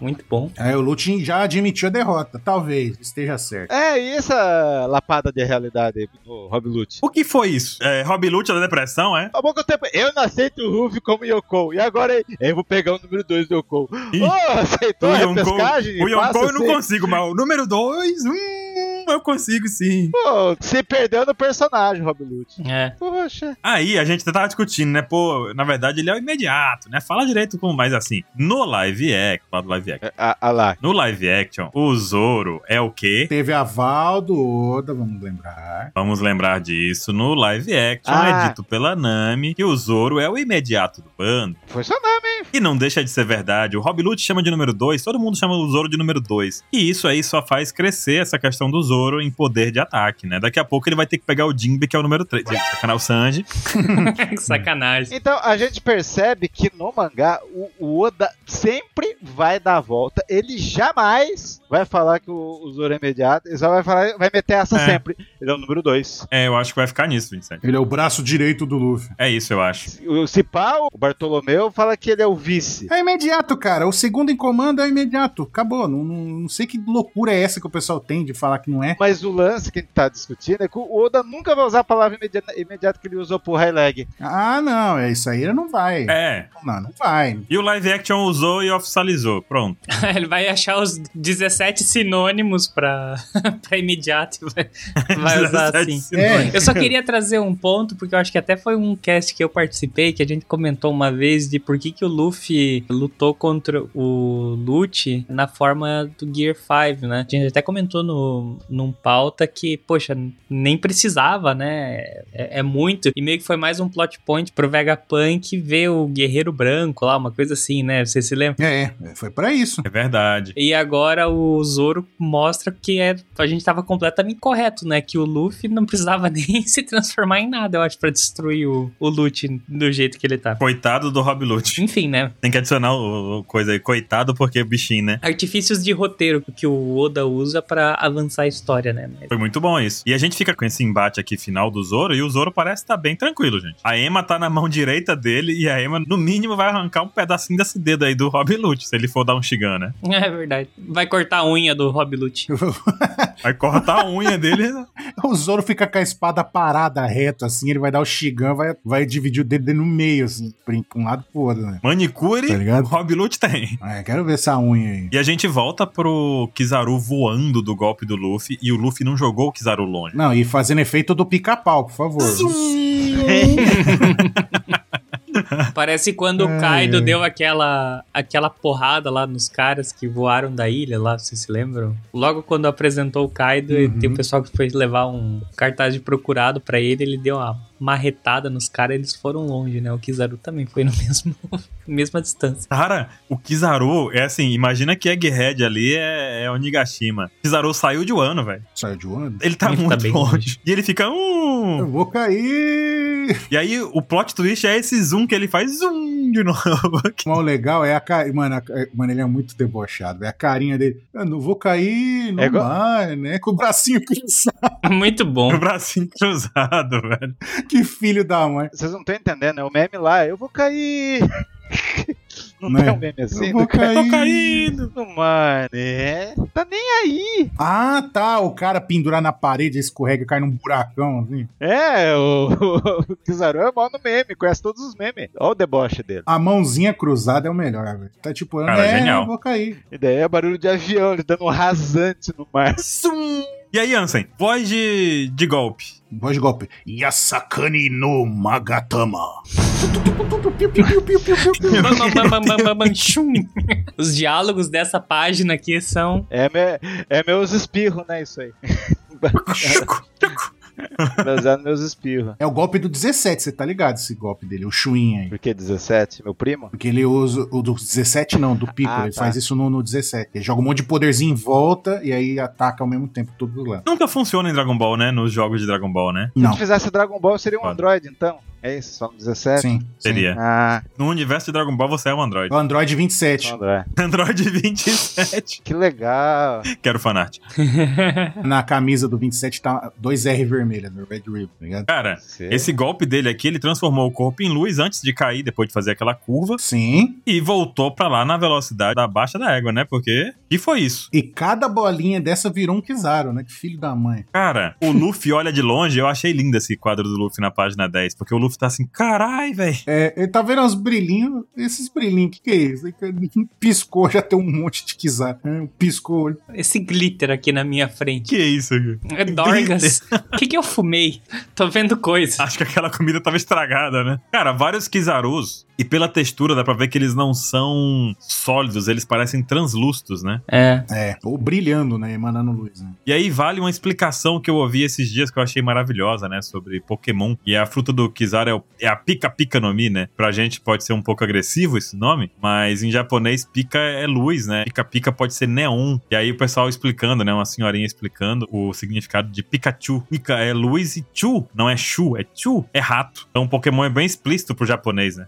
Speaker 3: Muito bom.
Speaker 2: Aí o Lutin já admitiu a derrota. Talvez esteja certo.
Speaker 4: É, e essa lapada de realidade aí do Rob Lute?
Speaker 1: O que foi isso? É, Rob Lute da depressão, é?
Speaker 4: Há pouco tempo, eu não aceito o Ruff como Yoko. E agora eu vou pegar o número 2 do Yoko.
Speaker 1: Ih,
Speaker 4: oh, aceitou
Speaker 1: o
Speaker 4: a
Speaker 1: Yonkou-
Speaker 4: repescagem? assim.
Speaker 1: O
Speaker 4: Passa,
Speaker 1: Yonkou eu não
Speaker 4: sim.
Speaker 1: consigo, mas o número 2, hum, eu consigo sim.
Speaker 4: Pô, se perdeu no personagem, Rob Lute.
Speaker 3: É. *laughs*
Speaker 4: Poxa.
Speaker 1: Aí a gente tava discutindo, né? Pô, na verdade ele é o imediato, né? Fala direito com mais assim. No live action, lá do live action.
Speaker 4: Ah, ah lá.
Speaker 1: No live action, o Zoro é o quê?
Speaker 2: Teve a Val do Oda, vamos lembrar.
Speaker 1: Vamos lembrar disso. No live action
Speaker 4: Ah.
Speaker 1: é dito pela Nami que o Zoro é o imediato do bando.
Speaker 4: Foi seu nome, hein?
Speaker 1: E não deixa de ser verdade. O Rob Lute chama de número 2, todo mundo chama o Zoro de número 2. E isso aí só faz crescer essa questão do Zoro em poder de ataque, né? Daqui a pouco ele vai ter que pegar o Jinbe, que é o número 3. Canal Sanji.
Speaker 3: Que
Speaker 4: *laughs*
Speaker 3: sacanagem.
Speaker 4: Então a gente percebe que no mangá o, o Oda sempre vai dar a volta. Ele jamais vai falar que o, o Zoro é imediato. Ele só vai falar, vai meter essa
Speaker 1: É.
Speaker 4: sempre. Ele é o número 2.
Speaker 1: É, eu acho que vai ficar nisso, 27.
Speaker 2: Ele é o braço direito do Luffy.
Speaker 1: É isso, eu acho.
Speaker 4: O Cipá, o Bartolomeu, fala que ele é o vice.
Speaker 2: É imediato, cara. O segundo em comando é imediato. Acabou. Não, não- não sei que loucura é essa que o pessoal tem de falar que não é.
Speaker 4: Mas o lance que a gente tá discutindo é que o Oda nunca vai usar a palavra imediata, imediata que ele usou pro high leg.
Speaker 2: Ah, não. É isso aí. Ele não vai.
Speaker 1: É,
Speaker 2: Não, não vai.
Speaker 1: E o live action usou e oficializou. Pronto.
Speaker 3: Ele vai achar os 17 sinônimos pra, *laughs* pra imediato e vai, vai
Speaker 1: *laughs*
Speaker 3: usar
Speaker 1: 17
Speaker 3: assim.
Speaker 1: sinônimos.
Speaker 3: Eu só queria trazer um ponto, porque eu acho que até foi um cast que eu participei, que a gente comentou uma vez de por que, que o Luffy lutou contra o Lute na forma do Gear 5, né? A gente até comentou no, num pauta que, poxa, nem precisava, né? É, é muito. E meio que foi mais um plot point pro Vegapunk ver o Guerreiro Branco lá, uma coisa assim, né? Você se lembra?
Speaker 2: É, é, foi pra isso.
Speaker 1: É verdade.
Speaker 3: E agora o Zoro mostra que é, a gente tava completamente correto, né? Que o Luffy não precisava *laughs* nem se transformar em nada, eu acho, pra destruir o, o Lute do jeito que ele tá.
Speaker 1: Coitado do Rob Lute.
Speaker 3: Enfim, assim, né?
Speaker 1: Tem que adicionar o, o coisa aí, coitado, porque é bichinho, né?
Speaker 3: Artifícios de roteiro que o Oda usa pra avançar a história, né? Mas- *laughs*
Speaker 1: Foi muito bom isso. E a gente fica com esse embate aqui final do Zoro, e o Zoro parece estar bem tranquilo, gente. A Emma tá na mão direita dele, e a Emma, no mínimo, vai arrancar um pedacinho desse dedo aí do Rob Lute, se ele for dar um Shigan, né?
Speaker 3: É verdade. Vai cortar a unha do Rob Lute.
Speaker 1: Vai cortar a unha dele. né?
Speaker 2: O Zoro fica com a espada parada, reto, assim, ele vai dar o Shigan, vai, vai dividir o dedo dele no meio, assim, pra pra um lado pro outro, né?
Speaker 1: Manicure,
Speaker 2: Tá ligado?
Speaker 1: o Rob Lute tem.
Speaker 2: É, quero ver essa unha aí.
Speaker 1: E a gente volta pro Kizaru voando do golpe do Luffy e o Luffy não jogou o Kizaru longe.
Speaker 2: Não, e fazendo efeito do pica-pau, por favor.
Speaker 3: Parece quando o
Speaker 2: Ai,
Speaker 3: Kaido
Speaker 2: ai.
Speaker 3: deu aquela, aquela porrada lá nos caras que voaram da ilha lá, vocês se lembram? Logo quando apresentou o Kaido, e
Speaker 2: Uhum.
Speaker 3: tem um pessoal que foi levar um cartaz de procurado pra ele, ele deu uma marretada nos caras, eles foram longe, né? O Kizaru também *laughs* foi na mesma, mesma distância. *laughs*
Speaker 1: Cara, o Kizaru é assim, imagina que Egghead ali é, é Onigashima. Kizaru saiu de Wano, velho.
Speaker 2: Saiu de onda.
Speaker 1: Ele tá
Speaker 3: Ele tá
Speaker 1: muito
Speaker 3: bem
Speaker 1: longe.
Speaker 3: longe.
Speaker 1: E ele fica.
Speaker 2: Eu
Speaker 1: "Hum".
Speaker 2: vou cair!
Speaker 1: E aí o plot twist é esse zoom que ele faz zoom de novo. *laughs*
Speaker 2: Mas o legal é a cara. Mano, a ca- mano, ele é muito debochado. É a carinha dele. Eu não vou cair, não
Speaker 4: É igual-
Speaker 2: vai, né? Com o bracinho cruzado.
Speaker 3: Muito bom.
Speaker 1: o bracinho cruzado, velho.
Speaker 2: *laughs* Que filho da mãe.
Speaker 4: Vocês não estão entendendo, é o meme lá, eu vou cair. *laughs* Não
Speaker 2: Né?
Speaker 4: tem um meme assim?
Speaker 2: Eu vou
Speaker 4: do cara?
Speaker 1: Tô
Speaker 2: Ih.
Speaker 1: caindo.
Speaker 4: Tô caindo, mano. É, tá nem aí.
Speaker 2: Ah, tá. O cara pendurar na parede, escorrega e cai num buracão. Assim.
Speaker 4: É, o, o *laughs* Kizaru é mal no meme, conhece todos os memes. Olha o deboche dele.
Speaker 2: A mãozinha cruzada é o melhor, velho. Tá tipo,
Speaker 1: Cara,
Speaker 2: é,
Speaker 1: genial.
Speaker 2: eu vou cair.
Speaker 4: E daí é barulho de avião, ele dando um rasante no mar.
Speaker 1: Zoom. E aí, Ansem, voz de, de golpe.
Speaker 2: Voz de golpe. Yasakani no Magatama.
Speaker 3: Bam, bam, bam, bam, bam, bam, bam, chum. Os diálogos dessa página aqui são
Speaker 4: É, me- é meus espirros, né? Isso aí. Baseado nos meus espirros.
Speaker 2: É o golpe do 17, você tá ligado esse golpe dele, o Chuin aí.
Speaker 4: Por que 17? Meu primo?
Speaker 2: Porque ele usa o do 17 não, do Piccolo,
Speaker 4: Ah,
Speaker 2: ele
Speaker 4: tá.
Speaker 2: faz isso no, no 17. Ele joga um monte de poderzinho em volta e aí ataca ao mesmo tempo todo lado.
Speaker 1: Nunca funciona em Dragon Ball, né? Nos jogos de Dragon Ball, né?
Speaker 2: Não,
Speaker 4: Se fizesse Dragon Ball, eu seria um
Speaker 1: Foda.
Speaker 4: android, então? É isso, só no 17?
Speaker 2: sim.
Speaker 1: Seria.
Speaker 4: Ah,
Speaker 1: No universo de Dragon Ball você é um *laughs*
Speaker 2: sim.
Speaker 1: Android.
Speaker 2: O Android
Speaker 4: só
Speaker 2: 27.
Speaker 4: android.
Speaker 1: Android 27.
Speaker 4: Que legal.
Speaker 1: Quero fanart.
Speaker 2: Na camisa do 27 tá 2R vermelha, do Red Ribbon, tá ligado?
Speaker 1: Cara,
Speaker 4: Você-
Speaker 1: esse golpe dele aqui, ele transformou o corpo em luz antes de cair, depois de fazer aquela curva,
Speaker 2: Sim.
Speaker 1: e voltou pra lá na velocidade da baixa da égua, né? Porque. E foi isso.
Speaker 2: E cada bolinha dessa virou um Kizaru, né? Que filho da mãe.
Speaker 1: Cara, o Luffy olha de longe, eu achei lindo esse quadro do Luffy na página 10, porque o Luffy tá assim, carai, velho.
Speaker 2: É, ele tá vendo uns brilhinhos, esses brilhinhos, o que, que é isso? *laughs* Piscou, já tem um monte de Kizaru. É, Piscou, olho.
Speaker 3: esse glitter aqui na minha frente.
Speaker 1: Que isso? *laughs* cara?
Speaker 3: É Dorgas. O que, que eu fumei? Tô vendo coisa.
Speaker 1: Acho que aquela comida tava estragada, né? Cara, vários Kizarus, e pela textura dá pra ver que eles não são sólidos, eles parecem translúcidos, né?
Speaker 3: É.
Speaker 2: É, ou brilhando, né? Emanando luz, né?
Speaker 1: E aí vale uma explicação que eu ouvi esses dias que eu achei maravilhosa, né? Sobre Pokémon. E a fruta do Kizaru é, o- é a Pika Pika no Mi, né? Pra gente pode ser um pouco agressivo esse nome, mas em japonês Pika é luz, né? Pika Pika pode ser neon. E aí o pessoal explicando, né? Uma senhorinha explicando o significado de Pikachu. Pika é luz e Chu não é Chu, é Chu, é rato. Então o Pokémon é bem explícito pro japonês, né?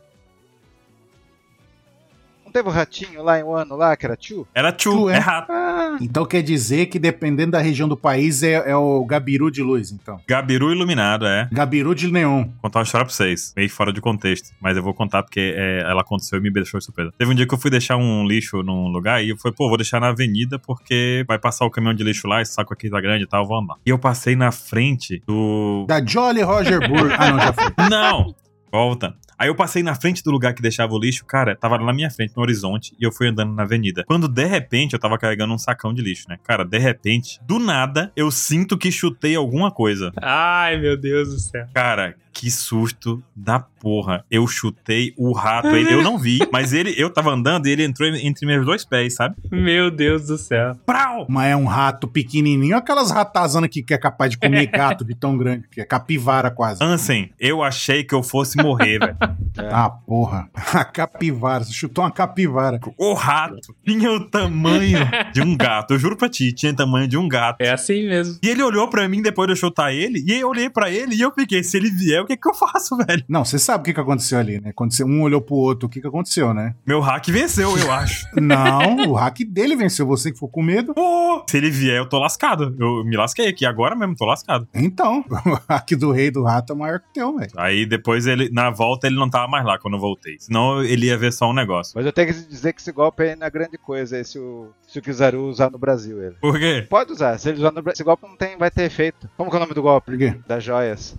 Speaker 4: Não teve o ratinho lá em um ano lá, que era tio? Ah.
Speaker 1: Era Chu,
Speaker 2: Chu,
Speaker 1: é.
Speaker 2: é.
Speaker 1: rato.
Speaker 2: Então quer dizer que dependendo da região do país é, é o gabiru de luz, então.
Speaker 1: Gabiru iluminado, é.
Speaker 2: Gabiru de neon.
Speaker 1: contar uma história pra vocês, meio fora de contexto, mas eu vou contar porque é, ela aconteceu e me deixou de surpresa. Teve um dia que eu fui deixar um lixo num lugar e eu falei, pô, vou deixar na avenida porque vai passar o caminhão de lixo lá, esse saco aqui tá grande e tal, vou andar. E eu passei na frente do.
Speaker 2: *laughs* Da Jolly Roger Burr. Ah, não, já foi.
Speaker 1: Não! Volta. Aí eu passei na frente do lugar que deixava o lixo, cara, tava na minha frente, no horizonte, e eu fui andando na avenida. Quando de repente eu tava carregando um sacão de lixo, né? Cara, de repente, do nada, eu sinto que chutei alguma coisa.
Speaker 3: Ai, meu Deus do céu.
Speaker 1: Cara, que susto da porra. Eu chutei o rato. Ele, eu não vi, mas ele, eu tava andando e ele entrou entre meus dois pés, sabe?
Speaker 3: Meu Deus do céu.
Speaker 1: Prau!
Speaker 2: Mas é um rato pequenininho, aquelas ratazanas que, que é capaz de comer gato de tão grande, que é capivara quase.
Speaker 1: Ansem, eu achei que eu fosse morrer, velho.
Speaker 4: É.
Speaker 2: Ah, porra. A capivara. Você chutou uma capivara.
Speaker 1: O rato tinha o tamanho de um gato. Eu juro pra ti, tinha o tamanho de um gato.
Speaker 3: É assim mesmo.
Speaker 1: E ele olhou pra mim depois de eu chutar ele, e eu olhei pra ele e eu fiquei, se ele vier, o que que eu faço, velho?
Speaker 2: Não, você sabe o que, que aconteceu ali, né? Aconteceu, um olhou pro outro, o que, que aconteceu, né?
Speaker 1: Meu hack venceu, eu
Speaker 2: *laughs*
Speaker 1: acho.
Speaker 2: Não, o hack dele venceu, você que ficou com medo.
Speaker 1: Pô, se ele vier, eu tô lascado. Eu me lasquei aqui agora mesmo, tô lascado.
Speaker 2: Então, *laughs* o hack do rei do rato é maior que o teu, velho.
Speaker 1: Aí depois ele, na volta, ele não tava mais lá quando eu voltei. Senão ele ia ver só um negócio.
Speaker 4: Mas eu tenho que dizer que esse golpe aí não é grande coisa, esse o, se o Kizaru usar no Brasil ele.
Speaker 1: Por quê?
Speaker 4: Pode usar, se ele usar no Brasil, esse golpe não tem, vai ter efeito. Como que é o nome do golpe?
Speaker 2: Por quê?
Speaker 4: Das joias.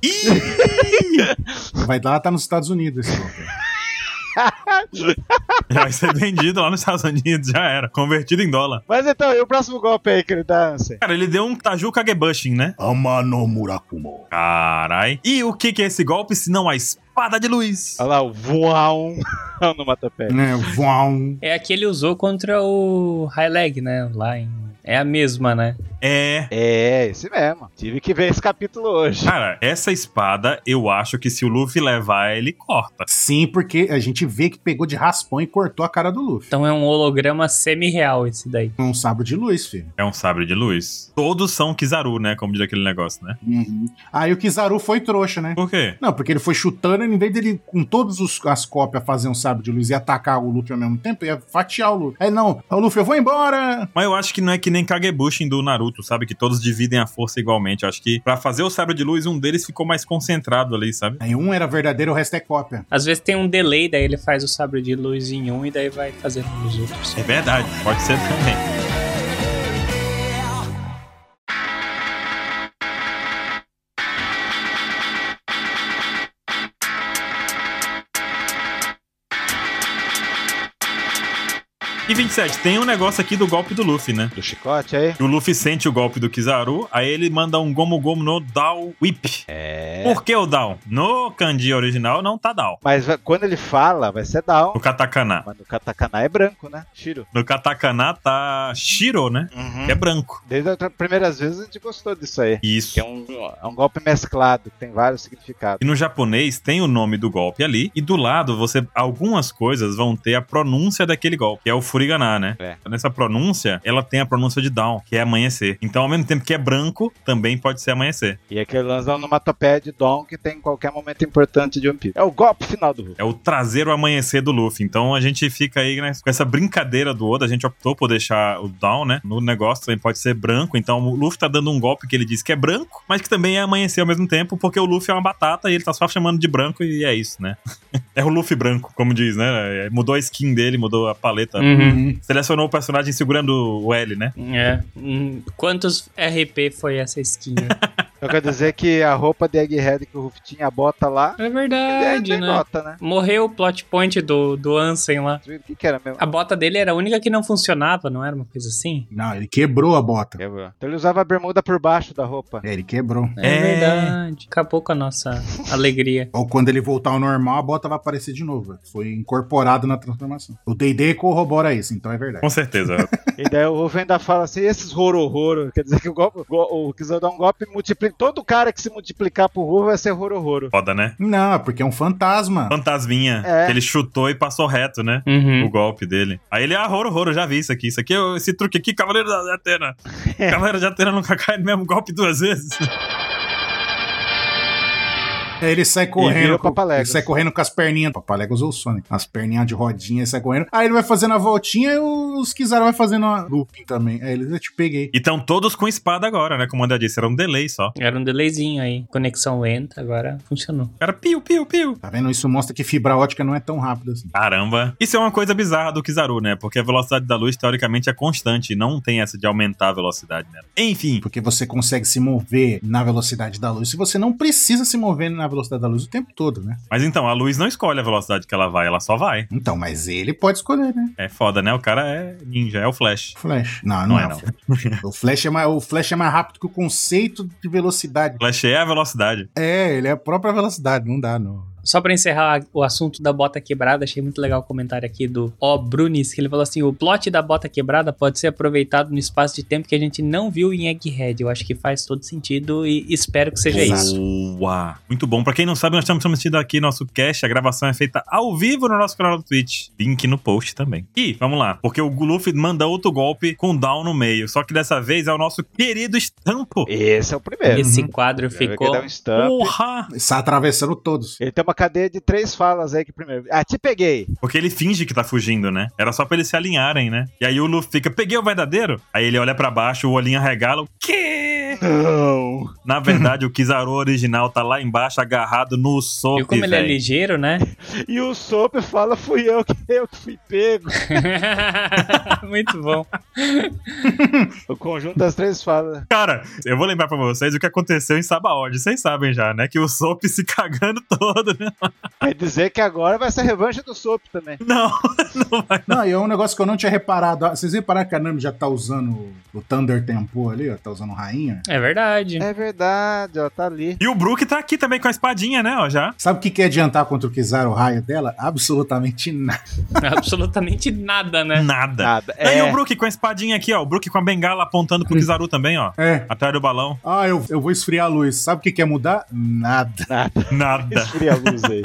Speaker 2: Vai lá, tá nos Estados Unidos esse golpe.
Speaker 1: *laughs* Vai ser vendido lá nos Estados Unidos, já era. Convertido em dólar.
Speaker 4: Mas então, e o próximo golpe aí que ele dá, Ansem?
Speaker 1: Cara, ele deu um Taju Kagebushin, né?
Speaker 2: Amano Murakumo.
Speaker 1: Carai. E o que que é esse golpe se não a espada de luz?
Speaker 4: Olha lá, o voão *laughs* no matapé.
Speaker 2: Né, vão.
Speaker 3: É a que ele usou contra o Highleg, né? Lá em. É a mesma, né?
Speaker 1: É.
Speaker 4: É, esse mesmo. Tive que ver esse capítulo *laughs* hoje.
Speaker 1: Cara, essa espada, eu acho que se o Luffy levar, ele corta.
Speaker 2: Sim, porque a gente vê que pegou de raspão e cortou a cara do Luffy.
Speaker 3: Então é um holograma semi-real esse daí.
Speaker 2: É um sabre de luz, filho.
Speaker 1: É um sabre de luz. Todos são Kizaru, né? Como diz aquele negócio, né?
Speaker 2: Aí o Kizaru foi trouxa, né?
Speaker 1: Por quê?
Speaker 2: Não, porque ele foi chutando, e em vez dele, com todas os- as cópias, fazer um sabre de luz e atacar o Luffy ao mesmo tempo, ia fatiar o Luffy. Aí não, o Luffy, eu vou embora!
Speaker 1: Mas eu acho que não é que nem Kagebushin do Naruto, sabe? Que todos dividem a força igualmente. Eu acho que pra fazer o sabre de luz, um deles ficou mais concentrado ali, sabe?
Speaker 2: Aí um era verdadeiro, o resto é cópia.
Speaker 3: Às vezes tem um delay, daí ele faz o sabre de luz em um e daí vai fazendo nos outros.
Speaker 1: É verdade, pode ser também. E 27, tem um negócio aqui do golpe do Luffy, né?
Speaker 4: Do chicote aí?
Speaker 1: O Luffy sente o golpe do Kizaru, aí ele manda um Gomu Gomu no Down Whip.
Speaker 4: É.
Speaker 1: Por que o Down? No kanji original não tá Down.
Speaker 4: Mas vai- quando ele fala, vai ser down.
Speaker 1: No katakana.
Speaker 4: Mas no katakana é branco, né? Shiro.
Speaker 1: No katakana tá Shiro, né?
Speaker 4: Uhum.
Speaker 1: Que é branco.
Speaker 4: Desde as primeiras vezes a gente gostou disso aí.
Speaker 1: Isso.
Speaker 4: Que é um, é um golpe mesclado, que tem vários significados.
Speaker 1: E no japonês tem o nome do golpe ali, e do lado você algumas coisas vão ter a pronúncia daquele golpe, que é o furigana, né?
Speaker 4: É.
Speaker 1: Nessa pronúncia, ela tem a pronúncia de down, que é amanhecer. Então, ao mesmo tempo que é branco, também pode ser amanhecer.
Speaker 4: E aquele lance da onomatopeia de Dom que tem em qualquer momento importante de One Piece. É o golpe final do Hulk.
Speaker 1: É o traseiro amanhecer do Luffy. Então a gente fica aí, né, com essa brincadeira do Oda. A gente optou por deixar o down, né? No negócio também pode ser branco. Então o Luffy tá dando um golpe que ele diz que é branco, mas que também é amanhecer ao mesmo tempo, porque o Luffy é uma batata e ele tá só chamando de branco e é isso, né? *laughs* é o Luffy branco, como diz, né? É, Mudou a skin dele, mudou a paleta.
Speaker 3: Uhum.
Speaker 1: Selecionou o personagem segurando o L, né?
Speaker 3: É. Hum, Quantos RP foi essa *laughs* skin?
Speaker 4: Eu quero dizer que a roupa de Egghead que o Ruff tinha, a bota lá,
Speaker 3: é
Speaker 4: é
Speaker 3: verdade,
Speaker 4: tem
Speaker 3: né?
Speaker 4: bota, né?
Speaker 3: Morreu o plot point do, do Ansem lá.
Speaker 4: O que que era mesmo?
Speaker 3: A bota dele era a única que não funcionava, não era uma coisa assim?
Speaker 2: Não, ele quebrou a bota.
Speaker 4: Quebrou. Então ele usava a bermuda por baixo da roupa.
Speaker 2: É, ele quebrou.
Speaker 1: É.
Speaker 3: verdade. Acabou com a nossa alegria.
Speaker 2: Ou quando ele voltar ao normal, a bota vai aparecer de novo. velho. Foi incorporado na transformação. O D&D corrobora isso, então é verdade.
Speaker 1: Com certeza.
Speaker 4: E daí o Ruff ainda fala assim, esses horororo, quer dizer que o golpe, go- o Kizaru dá um golpe e multiplica. Todo cara que se multiplicar pro Ruff vai ser horororo.
Speaker 1: Foda, né?
Speaker 2: Não, é porque é um fantasma.
Speaker 1: Fantasminha.
Speaker 4: É.
Speaker 1: Que ele chutou e passou reto, né? o
Speaker 3: Uhum.
Speaker 1: golpe dele. Aí ele, ah, Roro, Roro, já vi isso aqui. Isso aqui, é o- esse truque aqui, Cavaleiro da da Atena. Cavaleiro da Atena nunca cai no mesmo golpe duas vezes.
Speaker 2: Aí É, ele sai
Speaker 4: vira
Speaker 2: correndo.
Speaker 4: o
Speaker 2: com-
Speaker 4: Papaléguas.
Speaker 2: Ele sai correndo com as perninhas. Papaléguas ou Sonic. As perninhas de rodinha, ele sai correndo. Aí ele vai fazendo a voltinha e os Kizaru vai fazendo a looping também. Aí ele, eu te peguei.
Speaker 1: E estão Então, todos com espada agora, né? Como o André disse, era um delay só.
Speaker 3: Era um delayzinho aí. Conexão lenta, agora funcionou.
Speaker 1: Era piu, piu, piu.
Speaker 2: Tá vendo? Isso mostra que fibra ótica não é tão rápida assim.
Speaker 1: Caramba. Isso é uma coisa bizarra do Kizaru, né? Porque a velocidade da luz, teoricamente, é constante. Não tem essa de aumentar a velocidade, né? Enfim.
Speaker 2: Porque você consegue se mover na velocidade da luz. Se você não precisa se mover na velocidade da luz o tempo todo, né?
Speaker 1: Mas então, a luz não escolhe a velocidade que ela vai, ela só vai.
Speaker 2: Então, mas ele pode escolher, né?
Speaker 1: É foda, né? O cara é ninja, é o Flash.
Speaker 2: Flash. Não, não,
Speaker 1: Não
Speaker 2: é.
Speaker 1: é,
Speaker 2: o
Speaker 1: não.
Speaker 2: Flash. O Flash é, mais, o Flash é mais rápido que o conceito de velocidade.
Speaker 1: Flash é a velocidade.
Speaker 2: É, ele é a própria velocidade, não dá, não.
Speaker 3: Só pra encerrar o assunto da bota quebrada, achei muito legal o comentário aqui do O Brunis, que ele falou assim: o plot da bota quebrada pode ser aproveitado no espaço de tempo que a gente não viu em Egghead. Eu acho que faz todo sentido e espero que seja
Speaker 2: Exato.
Speaker 3: isso.
Speaker 1: Boa! É Muito bom. Pra quem não sabe, nós estamos transmitindo aqui nosso cast. A gravação é feita ao vivo no nosso canal do Twitch. Link no post também. E, vamos lá. Porque o Luffy manda outro golpe com down no meio. Só que dessa vez é o nosso querido estampo.
Speaker 4: Esse é o primeiro.
Speaker 3: Esse quadro
Speaker 4: Ele vai
Speaker 3: ficou.
Speaker 4: dar um stamp.
Speaker 1: Porra!
Speaker 2: Está atravessando todos.
Speaker 4: Ele tem uma cadeia de três falas aí que primeiro. Ah, te peguei.
Speaker 1: Porque ele finge que tá fugindo, né? Era só pra eles se alinharem, né? E aí o Luffy fica, peguei o verdadeiro? Aí ele olha pra baixo, o olhinho arregala, o quê?
Speaker 4: Não.
Speaker 1: Na verdade, o Kizaru original tá lá embaixo, agarrado no
Speaker 3: Viu
Speaker 1: soco,
Speaker 3: como ele é
Speaker 1: velho.
Speaker 3: ligeiro, né?
Speaker 4: E o Soap fala, fui eu que, eu que fui pego.
Speaker 3: muito bom.
Speaker 4: O conjunto das três falas.
Speaker 1: Cara, eu vou lembrar pra vocês o que aconteceu em Sabaody. Vocês sabem já, né? Que o Soap se *laughs* cagando todo, né?
Speaker 4: Quer dizer que agora vai ser revanche do Soap também.
Speaker 1: Não, não vai.
Speaker 2: Não, e é um negócio que eu não tinha reparado. Ah, Vocês repararam que a Nami já tá usando o Thunder Tempo ali, ó, tá usando rainha.
Speaker 3: É verdade.
Speaker 4: É verdade, ela tá ali.
Speaker 1: E o Brook tá aqui também com a espadinha, né? Ó, já.
Speaker 2: Sabe o que que é adiantar contra o Kizaru o raio dela? Absolutamente nada.
Speaker 3: Absolutamente nada, né?
Speaker 1: Nada.
Speaker 4: Nada.
Speaker 1: Aí
Speaker 4: É,
Speaker 1: o Brook com a espadinha aqui, ó. O Brook com a bengala apontando pro Kizaru também, ó.
Speaker 2: É.
Speaker 1: Atrás do balão.
Speaker 2: Ah, eu, eu vou esfriar a luz. Sabe o que que é mudar? Nada.
Speaker 1: Nada.
Speaker 4: esfria a luz *laughs* aí.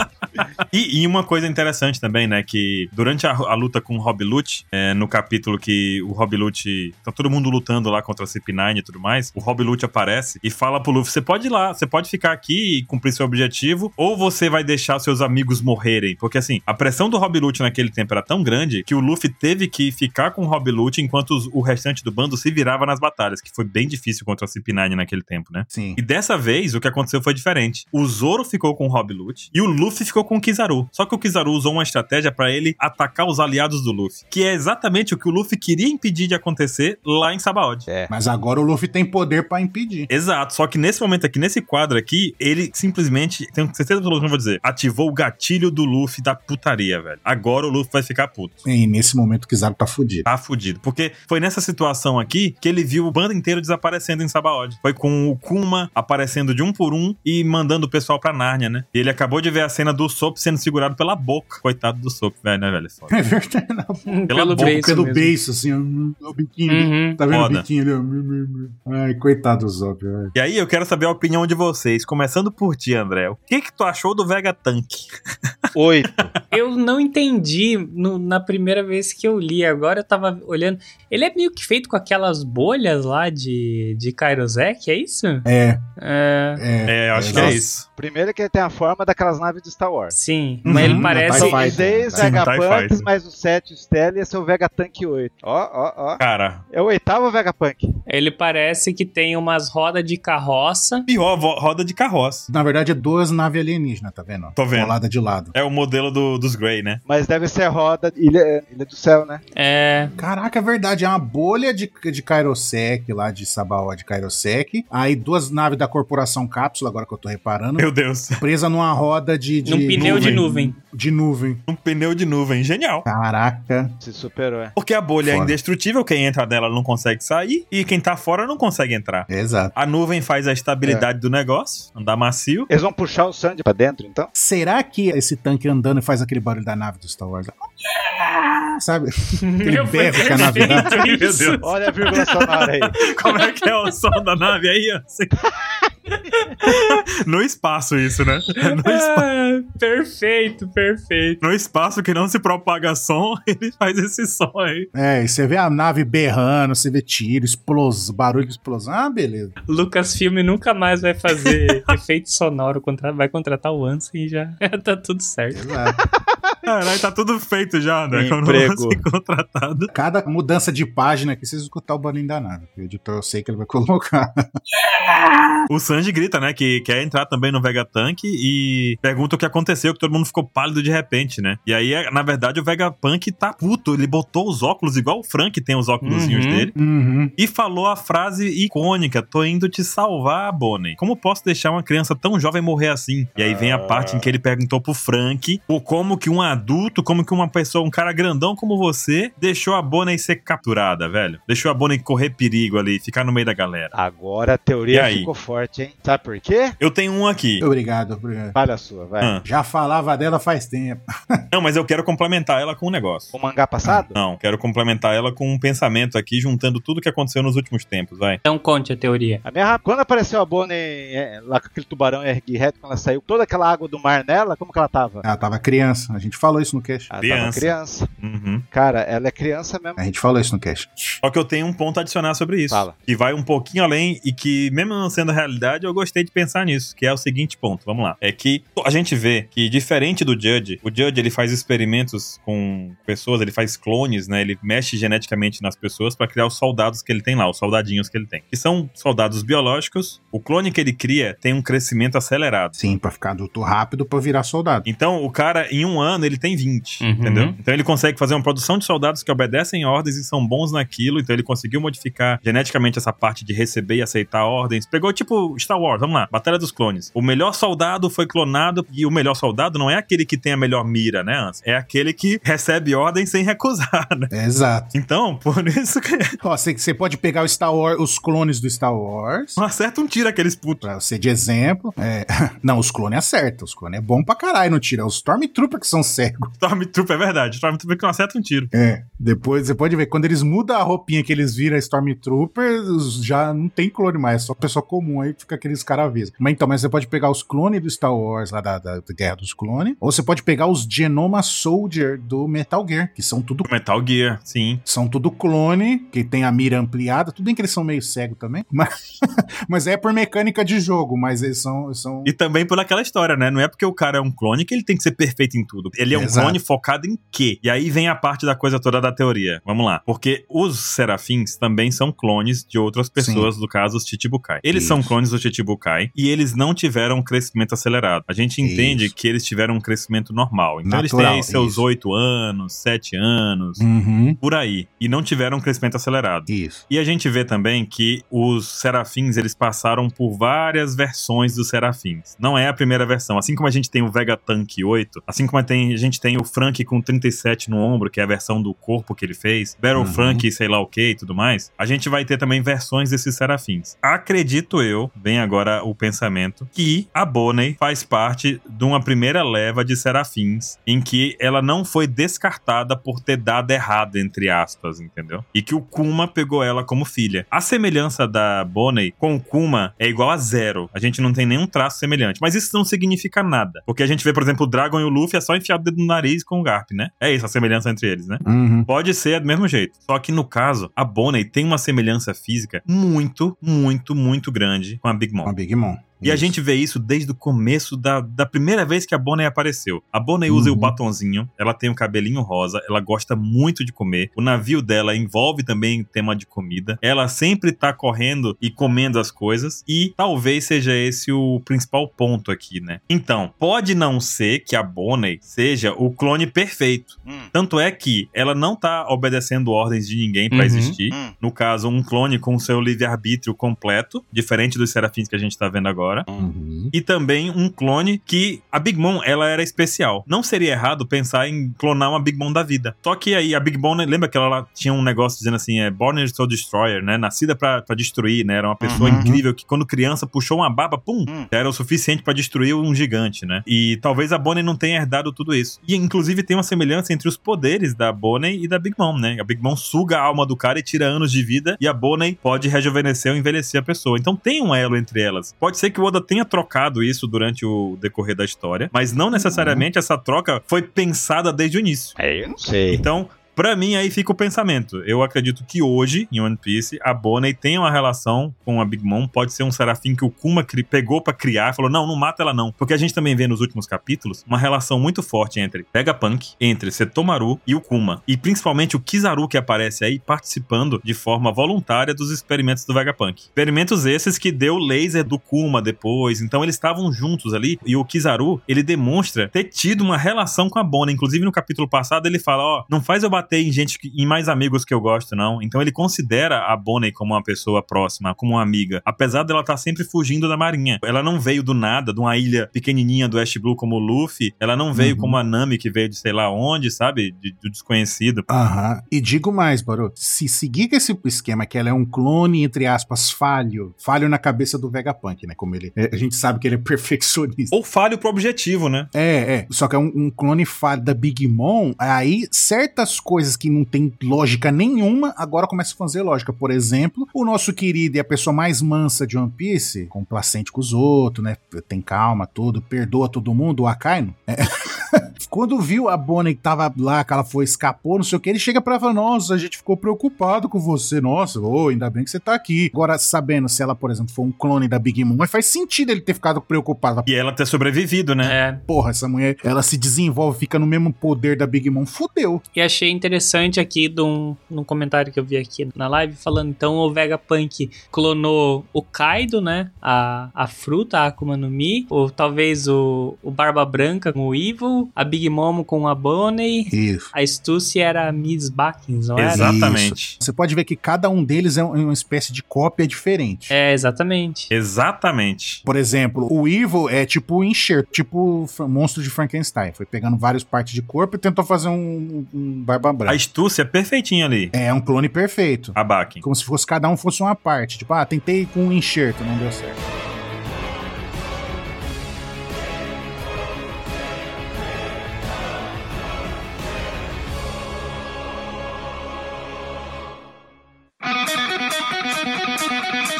Speaker 1: E, e uma coisa interessante também, né? Que durante a, a luta com o Rob Lute, é, no capítulo que o Rob Lute. Tá todo mundo lutando lá contra a CP9 e tudo mais. O Rob Lute aparece e fala pro Luffy: você pode ir lá, você pode ficar aqui e cumprir seu objetivo, ou você vai deixar seus amigos morrerem. Porque assim, a pressão do Rob Lute naquele tempo era tão grande que o Luffy teve que ficar com o Rob Lute enquanto os- o restante do bando se virava nas batalhas, que foi bem difícil contra a CP9 naquele tempo, né?
Speaker 2: Sim.
Speaker 1: E dessa vez, o que aconteceu foi diferente. O Zoro ficou com o Rob Lute e o Luffy ficou com o Kizaru. Só que o Kizaru usou uma estratégia pra ele atacar os aliados do Luffy, que é exatamente o que o Luffy queria impedir de acontecer lá em Sabaody.
Speaker 2: Mas agora o Luffy tem poder pra impedir.
Speaker 1: Exato, só que nesse momento aqui, nesse quadro aqui, ele simplesmente, tenho certeza pelo que eu vou dizer, ativou o gatilho do Luffy da putaria, velho. Agora o Luffy vai ficar puto.
Speaker 2: E nesse momento o Kizaru tá fudido. *laughs*
Speaker 1: Tá fudido. Porque foi nessa situação aqui que ele viu o bando inteiro desaparecendo em Sabaody. Foi com o Kuma aparecendo de um por um e mandando o pessoal pra Nárnia, né? E ele acabou de ver a cena do Sop sendo segurado pela boca. Coitado do Sop, velho, né, velho?
Speaker 2: *laughs*
Speaker 1: Foda.
Speaker 2: É verdade. na boca
Speaker 1: Pela boca
Speaker 3: beijo
Speaker 2: do
Speaker 3: mesmo.
Speaker 2: beiço, assim, ó, hum, ó, o biquinho.
Speaker 3: Uhum.
Speaker 2: Tá vendo
Speaker 1: Foda.
Speaker 2: o biquinho ali? ó, hum, hum, hum. Ai, coitado do Zop. velho.
Speaker 1: E aí eu quero saber a opinião de vocês. Começando por ti, André. O que que tu achou do
Speaker 2: *laughs*
Speaker 1: Vegatank?
Speaker 4: Oito.
Speaker 3: Eu não entendi no- na primeira vez que eu li, agora eu tava olhando. Ele é meio que feito com aquelas bolhas lá de, de Kairosek, é isso?
Speaker 2: É,
Speaker 3: É,
Speaker 2: é.
Speaker 1: É, eu acho que é
Speaker 2: nossa.
Speaker 1: isso.
Speaker 4: Primeiro que ele tem a forma daquelas naves de Star Wars.
Speaker 3: É, sim,
Speaker 2: Uhum,
Speaker 3: mas ele
Speaker 2: na
Speaker 3: parece.
Speaker 2: TIE
Speaker 4: São
Speaker 2: Fighter.
Speaker 4: seis
Speaker 1: Sim, tá TIE
Speaker 4: Vegapunks,
Speaker 1: Fighter.
Speaker 4: mais o sete Stella e esse é o Vegatank 8. Ó, ó, ó.
Speaker 1: Cara,
Speaker 4: É o oitavo Vegapunk.
Speaker 3: Ele parece que tem umas rodas de carroça.
Speaker 1: pior vo- roda de carroça.
Speaker 2: Na verdade, é duas naves alienígenas, tá vendo?
Speaker 1: Tô vendo.
Speaker 2: Colada de lado.
Speaker 1: É o modelo do- dos Grey, né?
Speaker 4: Mas deve ser roda Ilha, Ilha do Céu, né?
Speaker 3: É.
Speaker 2: Caraca, é verdade. É uma bolha de, de Kairosec lá de Sabaó de Kairosec. Aí duas naves da corporação cápsula, agora que eu tô reparando.
Speaker 1: Meu Deus. *laughs*
Speaker 2: Presa numa roda de. de
Speaker 3: Num pneu de nuvem.
Speaker 2: De nuvem.
Speaker 1: Um pneu de nuvem. Genial.
Speaker 2: Caraca.
Speaker 4: Se superou, é.
Speaker 1: Porque a bolha é
Speaker 2: Foda.
Speaker 1: indestrutível, quem entra nela não consegue sair e quem tá fora não consegue entrar.
Speaker 2: Exato.
Speaker 1: A nuvem faz a estabilidade do negócio, andar macio.
Speaker 4: Eles vão puxar o Sandy pra dentro, então?
Speaker 2: Será que esse tanque andando faz aquele barulho da nave do Star Wars? Ah, Sabe?
Speaker 3: Ele
Speaker 2: berro que a nave dá.
Speaker 4: *laughs*
Speaker 1: Meu Deus.
Speaker 4: Olha a vírgula
Speaker 1: *laughs*
Speaker 4: sonora aí.
Speaker 1: *laughs* Como é que é o som da nave aí? ó? Assim. No espaço isso, né? No, espa-
Speaker 3: Ah, perfeito, perfeito.
Speaker 1: no espaço que não se propaga som, *laughs* ele faz esse som aí.
Speaker 2: É, e você vê a nave berrando, você vê tiro, explosão, barulho de explosão. Ah, beleza.
Speaker 3: Lucasfilm nunca mais vai fazer efeito sonoro, contra- vai contratar o Ansem e já *laughs* tá tudo certo.
Speaker 2: Exato.
Speaker 1: Caralho, tá tudo feito já, né? Quando
Speaker 4: Emprego.
Speaker 1: você contratado.
Speaker 2: Cada mudança de página aqui, vocês escutar o barulho da nave. O editor eu sei que ele vai colocar.
Speaker 1: O Sanji grita, né? Que quer entrar também no Vegatank e pergunta o que aconteceu, que todo mundo ficou pálido de repente, né? E aí, na verdade, o Vegapunk tá puto. Ele botou os óculos, igual o Frank tem os óculos
Speaker 3: Uhum.
Speaker 1: dele.
Speaker 2: Uhum.
Speaker 1: E falou a frase icônica: Tô indo te salvar, Bonnie. Como Ah. posso deixar uma criança tão jovem morrer assim? E aí vem a parte em que ele perguntou pro Frank o como que uma adulto, como que uma pessoa, um cara grandão como você, deixou a Bonnie ser capturada, velho? Deixou a Bonnie correr perigo ali, ficar no meio da galera.
Speaker 4: Agora a
Speaker 1: E
Speaker 4: teoria
Speaker 1: aí?
Speaker 4: ficou forte, hein? Sabe por quê?
Speaker 1: Eu tenho um aqui.
Speaker 2: Obrigado, obrigado.
Speaker 4: Fala a sua, vai.
Speaker 1: Ah.
Speaker 2: Já falava dela faz tempo.
Speaker 1: Não, mas eu quero complementar ela com um negócio.
Speaker 4: O mangá passado?
Speaker 1: Não, quero complementar ela com um pensamento aqui, juntando tudo que aconteceu nos últimos tempos, vai.
Speaker 3: Então conte a teoria.
Speaker 4: A minha, quando apareceu a Bonnie é, lá com aquele tubarão ergue reto, quando ela saiu toda aquela água do mar nela, como que ela tava?
Speaker 2: Ela tava criança, a gente falou isso no cast.
Speaker 4: Ela
Speaker 1: Criança.
Speaker 4: tava criança.
Speaker 1: Uhum.
Speaker 4: Cara, ela é criança mesmo.
Speaker 2: A gente falou isso no cast.
Speaker 1: Só que eu tenho um ponto a adicionar sobre isso.
Speaker 4: Fala.
Speaker 1: Que vai um pouquinho além e que, mesmo não sendo a realidade, eu gostei de pensar nisso. Que é o seguinte ponto, vamos lá. É que a gente vê que, diferente do Judge, o Judge ele faz experimentos com pessoas, ele faz clones, né? Ele mexe geneticamente nas pessoas pra criar os soldados que ele tem lá, os soldadinhos que ele tem. Que são soldados biológicos. O clone que ele cria tem um crescimento acelerado.
Speaker 2: Sim, pra ficar adulto rápido pra virar soldado.
Speaker 1: Então, o cara, em um ano, ele tem 20,
Speaker 3: Uhum.
Speaker 1: entendeu? Então, ele consegue fazer uma produção de soldados que obedecem ordens e são bons naquilo. Então, ele conseguiu modificar geneticamente essa parte de receber e aceitar ordens. Pegou, tipo, Star Wars, vamos lá, Batalha dos Clones. O melhor soldado foi clonado, e o melhor soldado não é aquele que tem a melhor mira, né, Anson? É aquele que recebe ordens sem recusar, né? *laughs*
Speaker 2: É, exato.
Speaker 1: Então, por isso que
Speaker 2: Ó, você- Você pode pegar o Star Wars, os clones do Star Wars.
Speaker 1: não acerta um tiro aqueles putos.
Speaker 2: Pra ser de exemplo, é... *laughs* não, os clones acertam, os clones é bom pra caralho, não tira. Os Stormtrooper que são cegos.
Speaker 1: Stormtrooper, é verdade. Stormtrooper que não acerta um tiro.
Speaker 2: É, depois você pode ver, quando eles mudam a roupinha que eles viram Stormtrooper, os- já não tem clone mais, é só pessoa comum aí que fica aqueles caravês. Mas então, mas você pode pegar os clones do Star Wars, lá da, da Guerra dos Clones, ou você pode pegar os Genoma Soldier do Metal Gear, que são tudo
Speaker 1: Metal Gear, sim.
Speaker 2: São tudo clone, que tem a mira ampliada, tudo bem que eles são meio cego também, *laughs* mas, mas é por mecânica de jogo, mas eles são... são
Speaker 1: E também por aquela história, né? Não é porque o cara é um clone que ele tem que ser perfeito em tudo. Ele é um
Speaker 2: Exato.
Speaker 1: clone focado em quê? E aí vem a parte da coisa toda da teoria. Vamos lá. Porque os serafins também são clones de outras pessoas, no caso, os Chichibukai. Eles
Speaker 2: Isso.
Speaker 1: são clones do Chichibukai e eles não tiveram um crescimento acelerado. A gente entende
Speaker 2: Isso.
Speaker 1: que eles tiveram um crescimento normal. Então eles
Speaker 2: Natural,
Speaker 1: têm aí seus
Speaker 2: isso.
Speaker 1: oito anos, sete anos,
Speaker 2: Uhum,
Speaker 1: por aí. E não tiveram um crescimento acelerado.
Speaker 2: isso.
Speaker 1: E a gente vê também que os serafins eles passaram por várias versões dos serafins. Não é a primeira versão. Assim como a gente tem o Vegatank 8, assim como tem- a gente tem o Frank com 37 no ombro, que é a versão do corpo que ele fez, Battle
Speaker 2: Uhum.
Speaker 1: Frank, sei lá o que e tudo mais, a gente vai ter também versões desses serafins. Acredito eu, vem agora o pensamento, que a Bonnie faz parte de uma primeira leva de serafins em que ela não foi descartada por ter dado errado, entre aspas, entendeu? E que o Kuma pegou ela como filha. A semelhança da Bonnie com o Kuma é igual a zero. A gente não tem nenhum traço semelhante. Mas isso não significa nada. Porque a gente vê, por exemplo, o Dragon e o Luffy é só enfiar o dedo no nariz com o Garp, né? É isso a semelhança entre eles, né?
Speaker 2: Uhum.
Speaker 1: Pode ser do mesmo jeito. Só que no caso, a Bonnie tem uma semelhança física muito, muito, muito grande com a Big Mom.
Speaker 2: É Uma Big Mom.
Speaker 1: E a
Speaker 2: Isso.
Speaker 1: gente vê isso desde o começo da, da primeira vez que a Bonnie apareceu. A Bonnie usa
Speaker 2: Uhum.
Speaker 1: o batonzinho, ela tem o cabelinho rosa, ela gosta muito de comer. O navio dela envolve também tema de comida. Ela sempre tá correndo e comendo as coisas. E talvez seja esse o principal ponto aqui, né? Então, pode não ser que a Bonnie seja o clone perfeito.
Speaker 4: Hum,
Speaker 1: Tanto é que ela não tá obedecendo ordens de ninguém pra
Speaker 3: Uhum.
Speaker 1: existir.
Speaker 4: hum,
Speaker 1: No caso, um clone com seu livre-arbítrio completo, diferente dos serafins que a gente tá vendo agora.
Speaker 2: Uhum.
Speaker 1: E também um clone que a Big Mom, ela era especial. Não seria errado pensar em clonar uma Big Mom da vida. Só que aí a Big Mom, né, lembra que ela, ela tinha um negócio dizendo assim, é Born Soul Destroyer, né? Nascida pra, pra destruir, né? Era uma pessoa
Speaker 2: Uhum.
Speaker 1: incrível que quando criança puxou uma baba, pum,
Speaker 4: hum.
Speaker 1: já era o suficiente pra destruir um gigante, né? E talvez a Bonnie não tenha herdado tudo isso. E inclusive tem uma semelhança entre os poderes da Bonnie e da Big Mom, né? A Big Mom suga a alma do cara e tira anos de vida, e a Bonnie pode rejuvenescer ou envelhecer a pessoa. Então tem um elo entre elas. Pode ser que o Oda tenha trocado isso durante o decorrer da história, mas não necessariamente essa troca foi pensada desde o início.
Speaker 4: É, eu não sei.
Speaker 1: Então, pra mim, aí fica o pensamento. Eu acredito que hoje, em One Piece, a Bonnie tem uma relação com a Big Mom. Pode ser um serafim que o Kuma cri- pegou pra criar e falou: não, não mata ela, não. Porque a gente também vê nos últimos capítulos uma relação muito forte entre Vegapunk, entre Setomaru e o Kuma. E principalmente o Kizaru que aparece aí participando de forma voluntária dos experimentos do Vegapunk. Experimentos esses que deu o laser do Kuma depois. Então eles estavam juntos ali. E o Kizaru, ele demonstra ter tido uma relação com a Bonnie. Inclusive no capítulo passado ele fala: ó, não faz eu bater bater em gente, que- em mais amigos que eu gosto, não. Então ele considera a Bonnie como uma pessoa próxima, como uma amiga. Apesar dela estar sempre fugindo da marinha. Ela não veio do nada, de uma ilha pequenininha do West Blue como o Luffy. Ela não veio
Speaker 2: Uhum.
Speaker 1: como a Nami, que veio de sei lá onde, sabe? De- do desconhecido.
Speaker 2: Aham. E digo mais, Baroto. Se seguir com esse esquema que ela é um clone, entre aspas, falho, falho na cabeça do Vegapunk, né? Como ele. é, A gente sabe que ele é *laughs* perfeccionista.
Speaker 1: Ou falho pro objetivo, né?
Speaker 2: É, é. Só que é um, um clone falho da Big Mom. Aí, certas coisas que não tem lógica nenhuma, agora começam a fazer lógica. Por exemplo, o nosso querido e a pessoa mais mansa de One Piece, complacente com os outros, né? Tem calma, tudo, perdoa todo mundo, o Akainu. É. *laughs* Quando viu a Bonnie que tava lá, que ela foi, escapou, não sei o que, ele chega pra ela e fala, nossa, a gente ficou preocupado com você, nossa, ô, ainda bem que você tá aqui. Agora, sabendo se ela, por exemplo, for um clone da Big Mom, mas faz sentido ele ter ficado preocupado.
Speaker 1: E ela ter sobrevivido, né?
Speaker 3: É,
Speaker 2: Porra, essa mulher, ela se desenvolve, fica no mesmo poder da Big Mom, fudeu.
Speaker 3: e achei interessante aqui de um, num comentário que eu vi aqui na live, falando então o Vegapunk clonou o Kaido, né? A, a fruta, a Akuma no Mi, ou talvez o, o Barba Branca com o Evil, a Big Momo com a Bonnie,
Speaker 2: Isso.
Speaker 3: a Stussy era a Miss Bakins, não é? era?
Speaker 1: Exatamente.
Speaker 2: Você pode ver que cada um deles é um- é uma espécie de cópia diferente.
Speaker 3: É, exatamente.
Speaker 1: Exatamente.
Speaker 2: Por exemplo, o Evil é tipo um enxerto, tipo o fra- monstro de Frankenstein. Foi pegando várias partes de corpo e tentou fazer um, um barba
Speaker 1: A
Speaker 2: branca.
Speaker 1: astúcia é perfeitinha ali,
Speaker 2: É um clone perfeito.
Speaker 1: a Bakken.
Speaker 2: Como se fosse cada um fosse uma parte. Tipo, ah, tentei com um enxerto, não deu certo.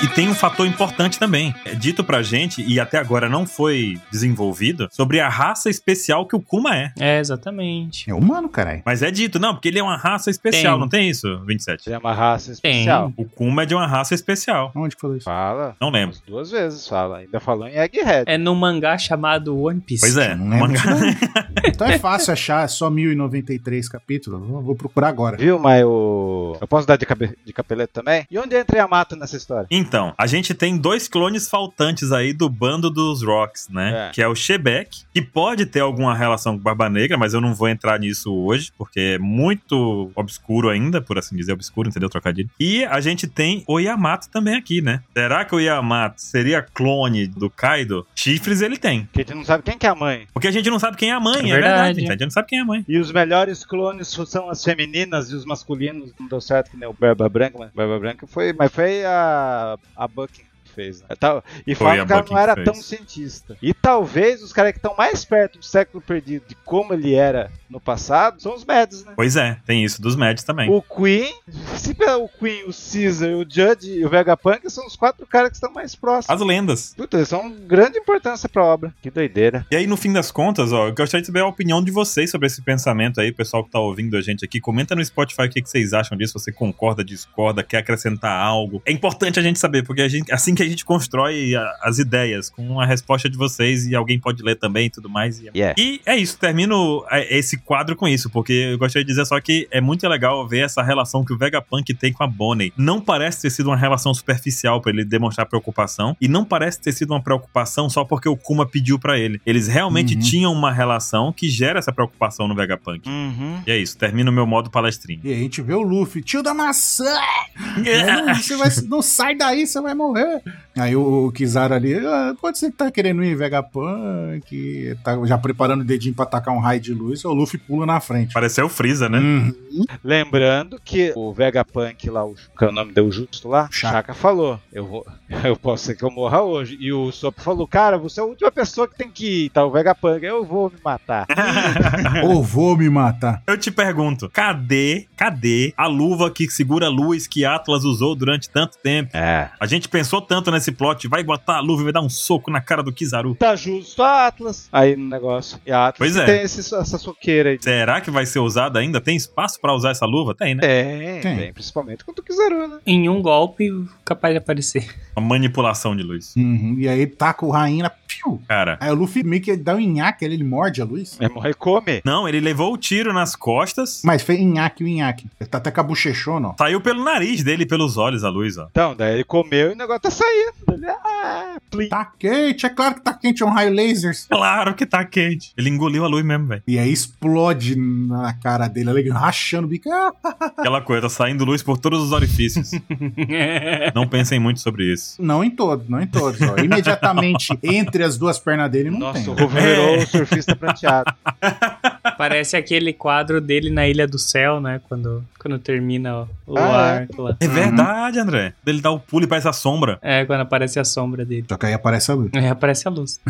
Speaker 1: E tem um fator importante também. É dito pra gente, e até agora não foi desenvolvido, sobre a raça especial que o Kuma é.
Speaker 3: É, exatamente.
Speaker 2: É humano, caralho.
Speaker 1: Mas é dito, não, porque ele é uma raça especial,
Speaker 3: Tem.
Speaker 1: não tem isso, 27?
Speaker 4: Ele é uma raça
Speaker 3: Tem.
Speaker 4: especial.
Speaker 1: O Kuma é de uma raça especial.
Speaker 2: Onde que falou isso?
Speaker 4: Fala.
Speaker 1: Não lembro.
Speaker 4: Umas Duas vezes fala. Ainda falou em Egghead.
Speaker 3: É num mangá chamado One Piece.
Speaker 1: Pois é,
Speaker 2: não lembro
Speaker 1: *laughs* mangá-
Speaker 2: disso, não. Então é fácil achar, é só 1093 capítulos. Vou- Vou procurar agora.
Speaker 4: Viu, mas o. Eu posso dar de, cabe... de capeleto também? E onde entra a mata nessa história?
Speaker 1: Então, a gente tem dois clones faltantes aí do bando dos Rocks, né?
Speaker 4: É.
Speaker 1: Que é o Shebek, que pode ter alguma relação com Barba Negra, mas eu não vou entrar nisso hoje, porque é muito obscuro ainda, por assim dizer, obscuro, entendeu? Trocadilho. E a gente tem o Yamato também aqui, né? Será que o Yamato seria clone do Kaido? Chifres ele tem.
Speaker 4: Que a gente não sabe quem que é a mãe.
Speaker 1: Porque a gente não sabe quem é a mãe, é,
Speaker 3: É
Speaker 1: verdade.
Speaker 3: verdade.
Speaker 1: gente. A gente não sabe quem é a mãe.
Speaker 4: E os melhores clones são as femininas e os masculinos. Não deu certo que nem o Barba Branca, mas Barba Branca foi. Mas foi a. a Bucking que fez, né? Tal- E
Speaker 1: Foi
Speaker 4: fala
Speaker 1: a
Speaker 4: que o cara
Speaker 1: Bucking
Speaker 4: não era
Speaker 1: que fez.
Speaker 4: tão cientista. E talvez os caras que estão mais perto do século perdido de como ele era no passado são os médios, né?
Speaker 1: Pois é, tem isso dos médios também.
Speaker 4: O Queen, se pegar o Queen, o Caesar, o Judge e o Vegapunk são os quatro caras que estão mais próximos.
Speaker 1: As lendas.
Speaker 4: Puta, eles são de grande importância pra obra. Que doideira.
Speaker 1: *laughs* E aí, no fim das contas, ó, eu gostaria de saber a opinião de vocês sobre esse pensamento aí, pessoal que tá ouvindo a gente aqui. Comenta no Spotify o que, que vocês acham disso, se você concorda, discorda, quer acrescentar algo. É importante a gente saber, porque a gente- assim que a gente constrói a- as ideias com a resposta de vocês e alguém pode ler também e tudo mais. E é
Speaker 4: Yeah.
Speaker 1: e é isso, termino é, esse quadro com isso, porque eu gostaria de dizer só que é muito legal ver essa relação que o Vegapunk tem com a Bonnie. Não parece ter sido uma relação superficial pra ele demonstrar preocupação, e não parece ter sido uma preocupação só porque o Kuma pediu pra ele. Eles realmente
Speaker 2: Uhum.
Speaker 1: tinham uma relação que gera essa preocupação no Vegapunk.
Speaker 4: Uhum.
Speaker 1: E é isso, termino o meu modo palestrinho.
Speaker 2: *laughs* E aí a gente vê o Luffy, tio da maçã! Não, você vai, não sai daí, você vai morrer. Aí o, o Kizaru ali, "Ah, pode ser que tá querendo ir Vegapunk, tá já preparando o dedinho pra atacar um raio de luz, o Luffy pula na frente.
Speaker 1: Pareceu o Freeza,
Speaker 2: *laughs*
Speaker 1: né?
Speaker 2: Hum,
Speaker 4: Lembrando que o Vegapunk lá, o que é o nome deu justo lá,
Speaker 2: Chaka.
Speaker 4: Chaka, falou: eu, vou, *laughs* eu posso ser que eu morra hoje. E o Sop falou: Cara, você é a última pessoa que tem que ir, tá? O Vegapunk, eu vou me matar.
Speaker 2: ou vou me matar.
Speaker 1: Eu te pergunto, cadê, cadê a luva que segura a luz que Atlas usou durante tanto tempo?
Speaker 4: É.
Speaker 1: A gente pensou tanto nesse plot, vai botar a luva e vai dar um soco na cara do Kizaru.
Speaker 4: Tá justo a Atlas. Aí no negócio. E a Atlas
Speaker 1: Pois
Speaker 4: que
Speaker 1: é.
Speaker 4: tem esse- essa soqueira aí.
Speaker 1: Será que vai ser usada ainda? Tem espaço pra usar essa luva? Tem, né?
Speaker 4: Tem,
Speaker 2: Tem.
Speaker 4: tem, É, principalmente quando quiser, né?
Speaker 3: Em um golpe, capaz de aparecer. *laughs*
Speaker 1: Uma manipulação de luz.
Speaker 2: Uhum, E aí taca o Rainha, piu, existiu.
Speaker 1: cara.
Speaker 2: Aí o Luffy meio que dá um nhaque, ele, ele morde a luz.
Speaker 4: É morrer e come.
Speaker 1: Não, ele levou o tiro nas costas,
Speaker 2: Mas fez nhaque, o nhaque. Ele tá até com a bochechona, ó.
Speaker 1: saiu pelo nariz dele, pelos olhos, a luz, ó.
Speaker 4: Então, daí ele comeu e o negócio tá saindo. Ele, ah, plim.
Speaker 2: Tá quente, é claro que tá quente, é um raio lasers.
Speaker 1: Claro que tá quente. Ele engoliu a luz mesmo, velho.
Speaker 2: E aí explode na cara dele, ele rachando o bico. Ah,
Speaker 1: Aquela coisa, tá saindo luz por todos os orifícios. Não pensem muito sobre isso.
Speaker 2: Não em todos, não em todos. Ó. Imediatamente entre as duas pernas dele não
Speaker 4: Nossa,
Speaker 2: tem.
Speaker 4: o Ruff virou o surfista prateado.
Speaker 3: Parece aquele quadro dele na Ilha do Céu, né? Quando, quando termina o, o
Speaker 4: Ah, é.
Speaker 3: arco lá.
Speaker 1: É verdade, André. Ele dá o pulo e parece a sombra.
Speaker 3: É, quando aparece a sombra dele.
Speaker 2: Só que aí aparece a luz.
Speaker 3: É, aparece a luz.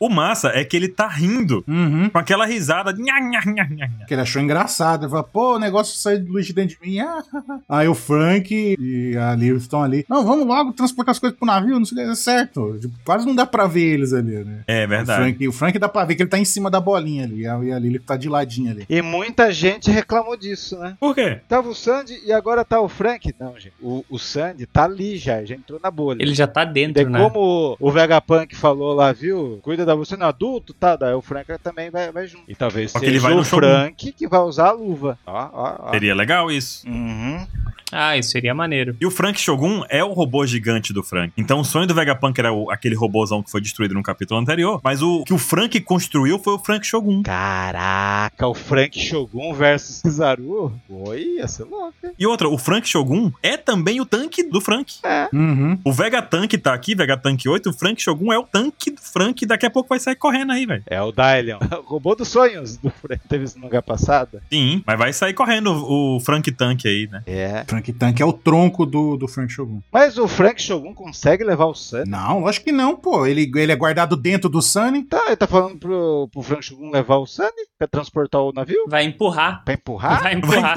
Speaker 1: O massa é que ele tá rindo.
Speaker 2: Uhum.
Speaker 1: Com aquela risada. de nha, nha, nha, nha, nha.
Speaker 2: Que ele achou engraçado. Ele falou, pô, o negócio saiu de luz de dentro de mim. Ah, *laughs* ah, ah. Aí o Frank e a Liv estão ali. Não, vamos logo transportar as coisas pro navio, não sei o que é certo. Tipo, Quase não dá pra ver eles ali, né?
Speaker 1: É
Speaker 2: O
Speaker 1: verdade.
Speaker 2: Frank, o Frank dá pra ver que ele tá em cima da bolinha ali. E a, e a Lily tá de ladinho ali.
Speaker 4: E muita gente reclamou disso, né?
Speaker 1: Por quê?
Speaker 4: Tava o Sandy e agora tá o Frank. Não, gente. O, o Sandy tá ali já, já entrou na bolha.
Speaker 3: Ele já tá
Speaker 4: Daí,
Speaker 3: dentro, né?
Speaker 4: É como o Vegapunk falou lá, viu? Cuida da você não é adulto, tá? Daí o Frank também vai, vai junto. E talvez
Speaker 1: Só que
Speaker 4: seja
Speaker 1: ele vai no
Speaker 4: o
Speaker 1: Shogun.
Speaker 4: Frank que vai usar a luva. Ó, ó, ó.
Speaker 1: Seria legal isso.
Speaker 4: Uhum.
Speaker 3: Ah, isso seria maneiro.
Speaker 1: E o Frank Shogun é o robô gigante do Frank. Então o sonho do Vegapunk era o- aquele robôzão que foi destruído no capítulo anterior. Mas o que o Frank construiu foi o Frank Shogun.
Speaker 4: Caraca, o Frank Shogun versus Kizaru? Oi, ia ser louco. hein?
Speaker 1: E outra, o Frank Shogun é também o tanque do Frank.
Speaker 2: Uhum.
Speaker 1: O Vegatank tá aqui, Vegatank 8, o Frank Shogun é o tanque do Frank. Daqui a pouco vai sair correndo aí, velho.
Speaker 4: É o Dylion. O *laughs* robô dos sonhos do Frank. Teve isso no manga passada?
Speaker 1: Sim, mas vai sair correndo o, o Frank Tank aí, né?
Speaker 4: É.
Speaker 2: Frank Tank é o tronco do, do Frank Shogun.
Speaker 4: Mas o Frank Shogun consegue levar o Sunny?
Speaker 2: Não, lógico que não, pô. Ele, ele é guardado dentro do Sunny.
Speaker 4: Tá, ele tá falando pro, pro Frank Shogun levar o Sunny pra transportar o navio?
Speaker 3: Vai empurrar.
Speaker 4: Pra Ah, empurrar?
Speaker 3: Vai empurrar.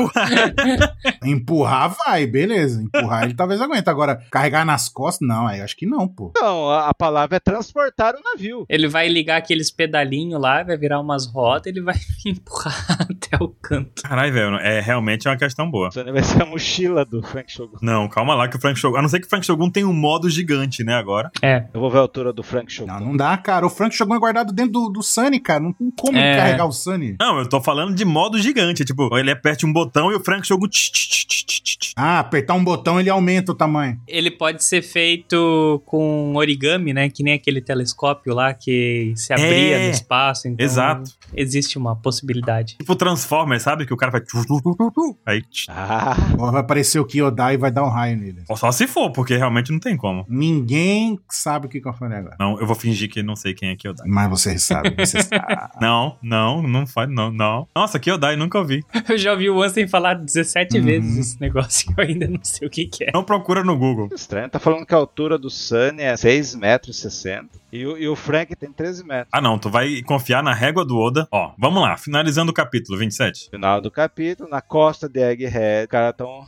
Speaker 2: Empurrar vai, beleza. Empurrar ele talvez aguenta. Agora, carregar nas costas, não, aí eu acho que não, pô.
Speaker 4: Não, a, a palavra é transportar o navio.
Speaker 3: Ele vai ligar aqueles pedalinhos lá, vai virar umas rodas, ele vai *laughs* empurrar até o canto.
Speaker 1: Caralho, velho, é realmente é uma questão boa.
Speaker 4: O Sunny vai ser a mochila do Frank Shogun.
Speaker 1: Não, calma lá que o Frank Shogun. A não ser que o Frank Shogun tenha um modo gigante, né, agora.
Speaker 3: É,
Speaker 4: Eu vou ver a altura do Frank Shogun.
Speaker 2: Não, não dá, cara. O Frank Shogun é guardado dentro do, do Sunny, cara. Não tem como
Speaker 3: É.
Speaker 2: carregar o Sunny.
Speaker 1: Não, eu tô falando de modo gigante. Tipo, ele aperte um botão e o Frank Shogun. tch, tch, tch, tch, tch, tch.
Speaker 2: Ah, apertar um botão ele aumenta o tamanho.
Speaker 3: ele pode ser feito com origami, né? Que nem aquele telescópio lá que se abria
Speaker 1: É.
Speaker 3: no espaço. Então
Speaker 1: Exato.
Speaker 3: Existe uma possibilidade.
Speaker 1: Tipo Transformers, sabe? Que o cara vai. tchu, tchu, tchu, tchu, tchu. Aí. tch.
Speaker 4: Ah,
Speaker 2: Ó, vai aparecer o Kyodai e vai dar um raio nele.
Speaker 1: Só se for, porque realmente não tem como.
Speaker 2: Ninguém sabe o que que eu falei agora.
Speaker 1: Não, eu vou fingir que não sei quem é Kyodai.
Speaker 2: Mas você sabe, você sabe.
Speaker 1: Não, não, não faz, não, não. Nossa, Kyodai, nunca ouvi.
Speaker 3: *laughs* Eu já ouvi o Ansem falar 17
Speaker 2: Uhum.
Speaker 3: vezes esse negócio *laughs* e eu ainda não sei o que, que é.
Speaker 1: Não procura no Google.
Speaker 4: estranho. Tá falando que a altura do Sunny é 6,60 metros. E o, e o Frank tem 13 metros.
Speaker 1: Ah, não, tu vai confiar na régua do Oda. Ó, vamos lá, finalizando o capítulo 27.
Speaker 4: Final do capítulo, na costa de Egghead, os caras estão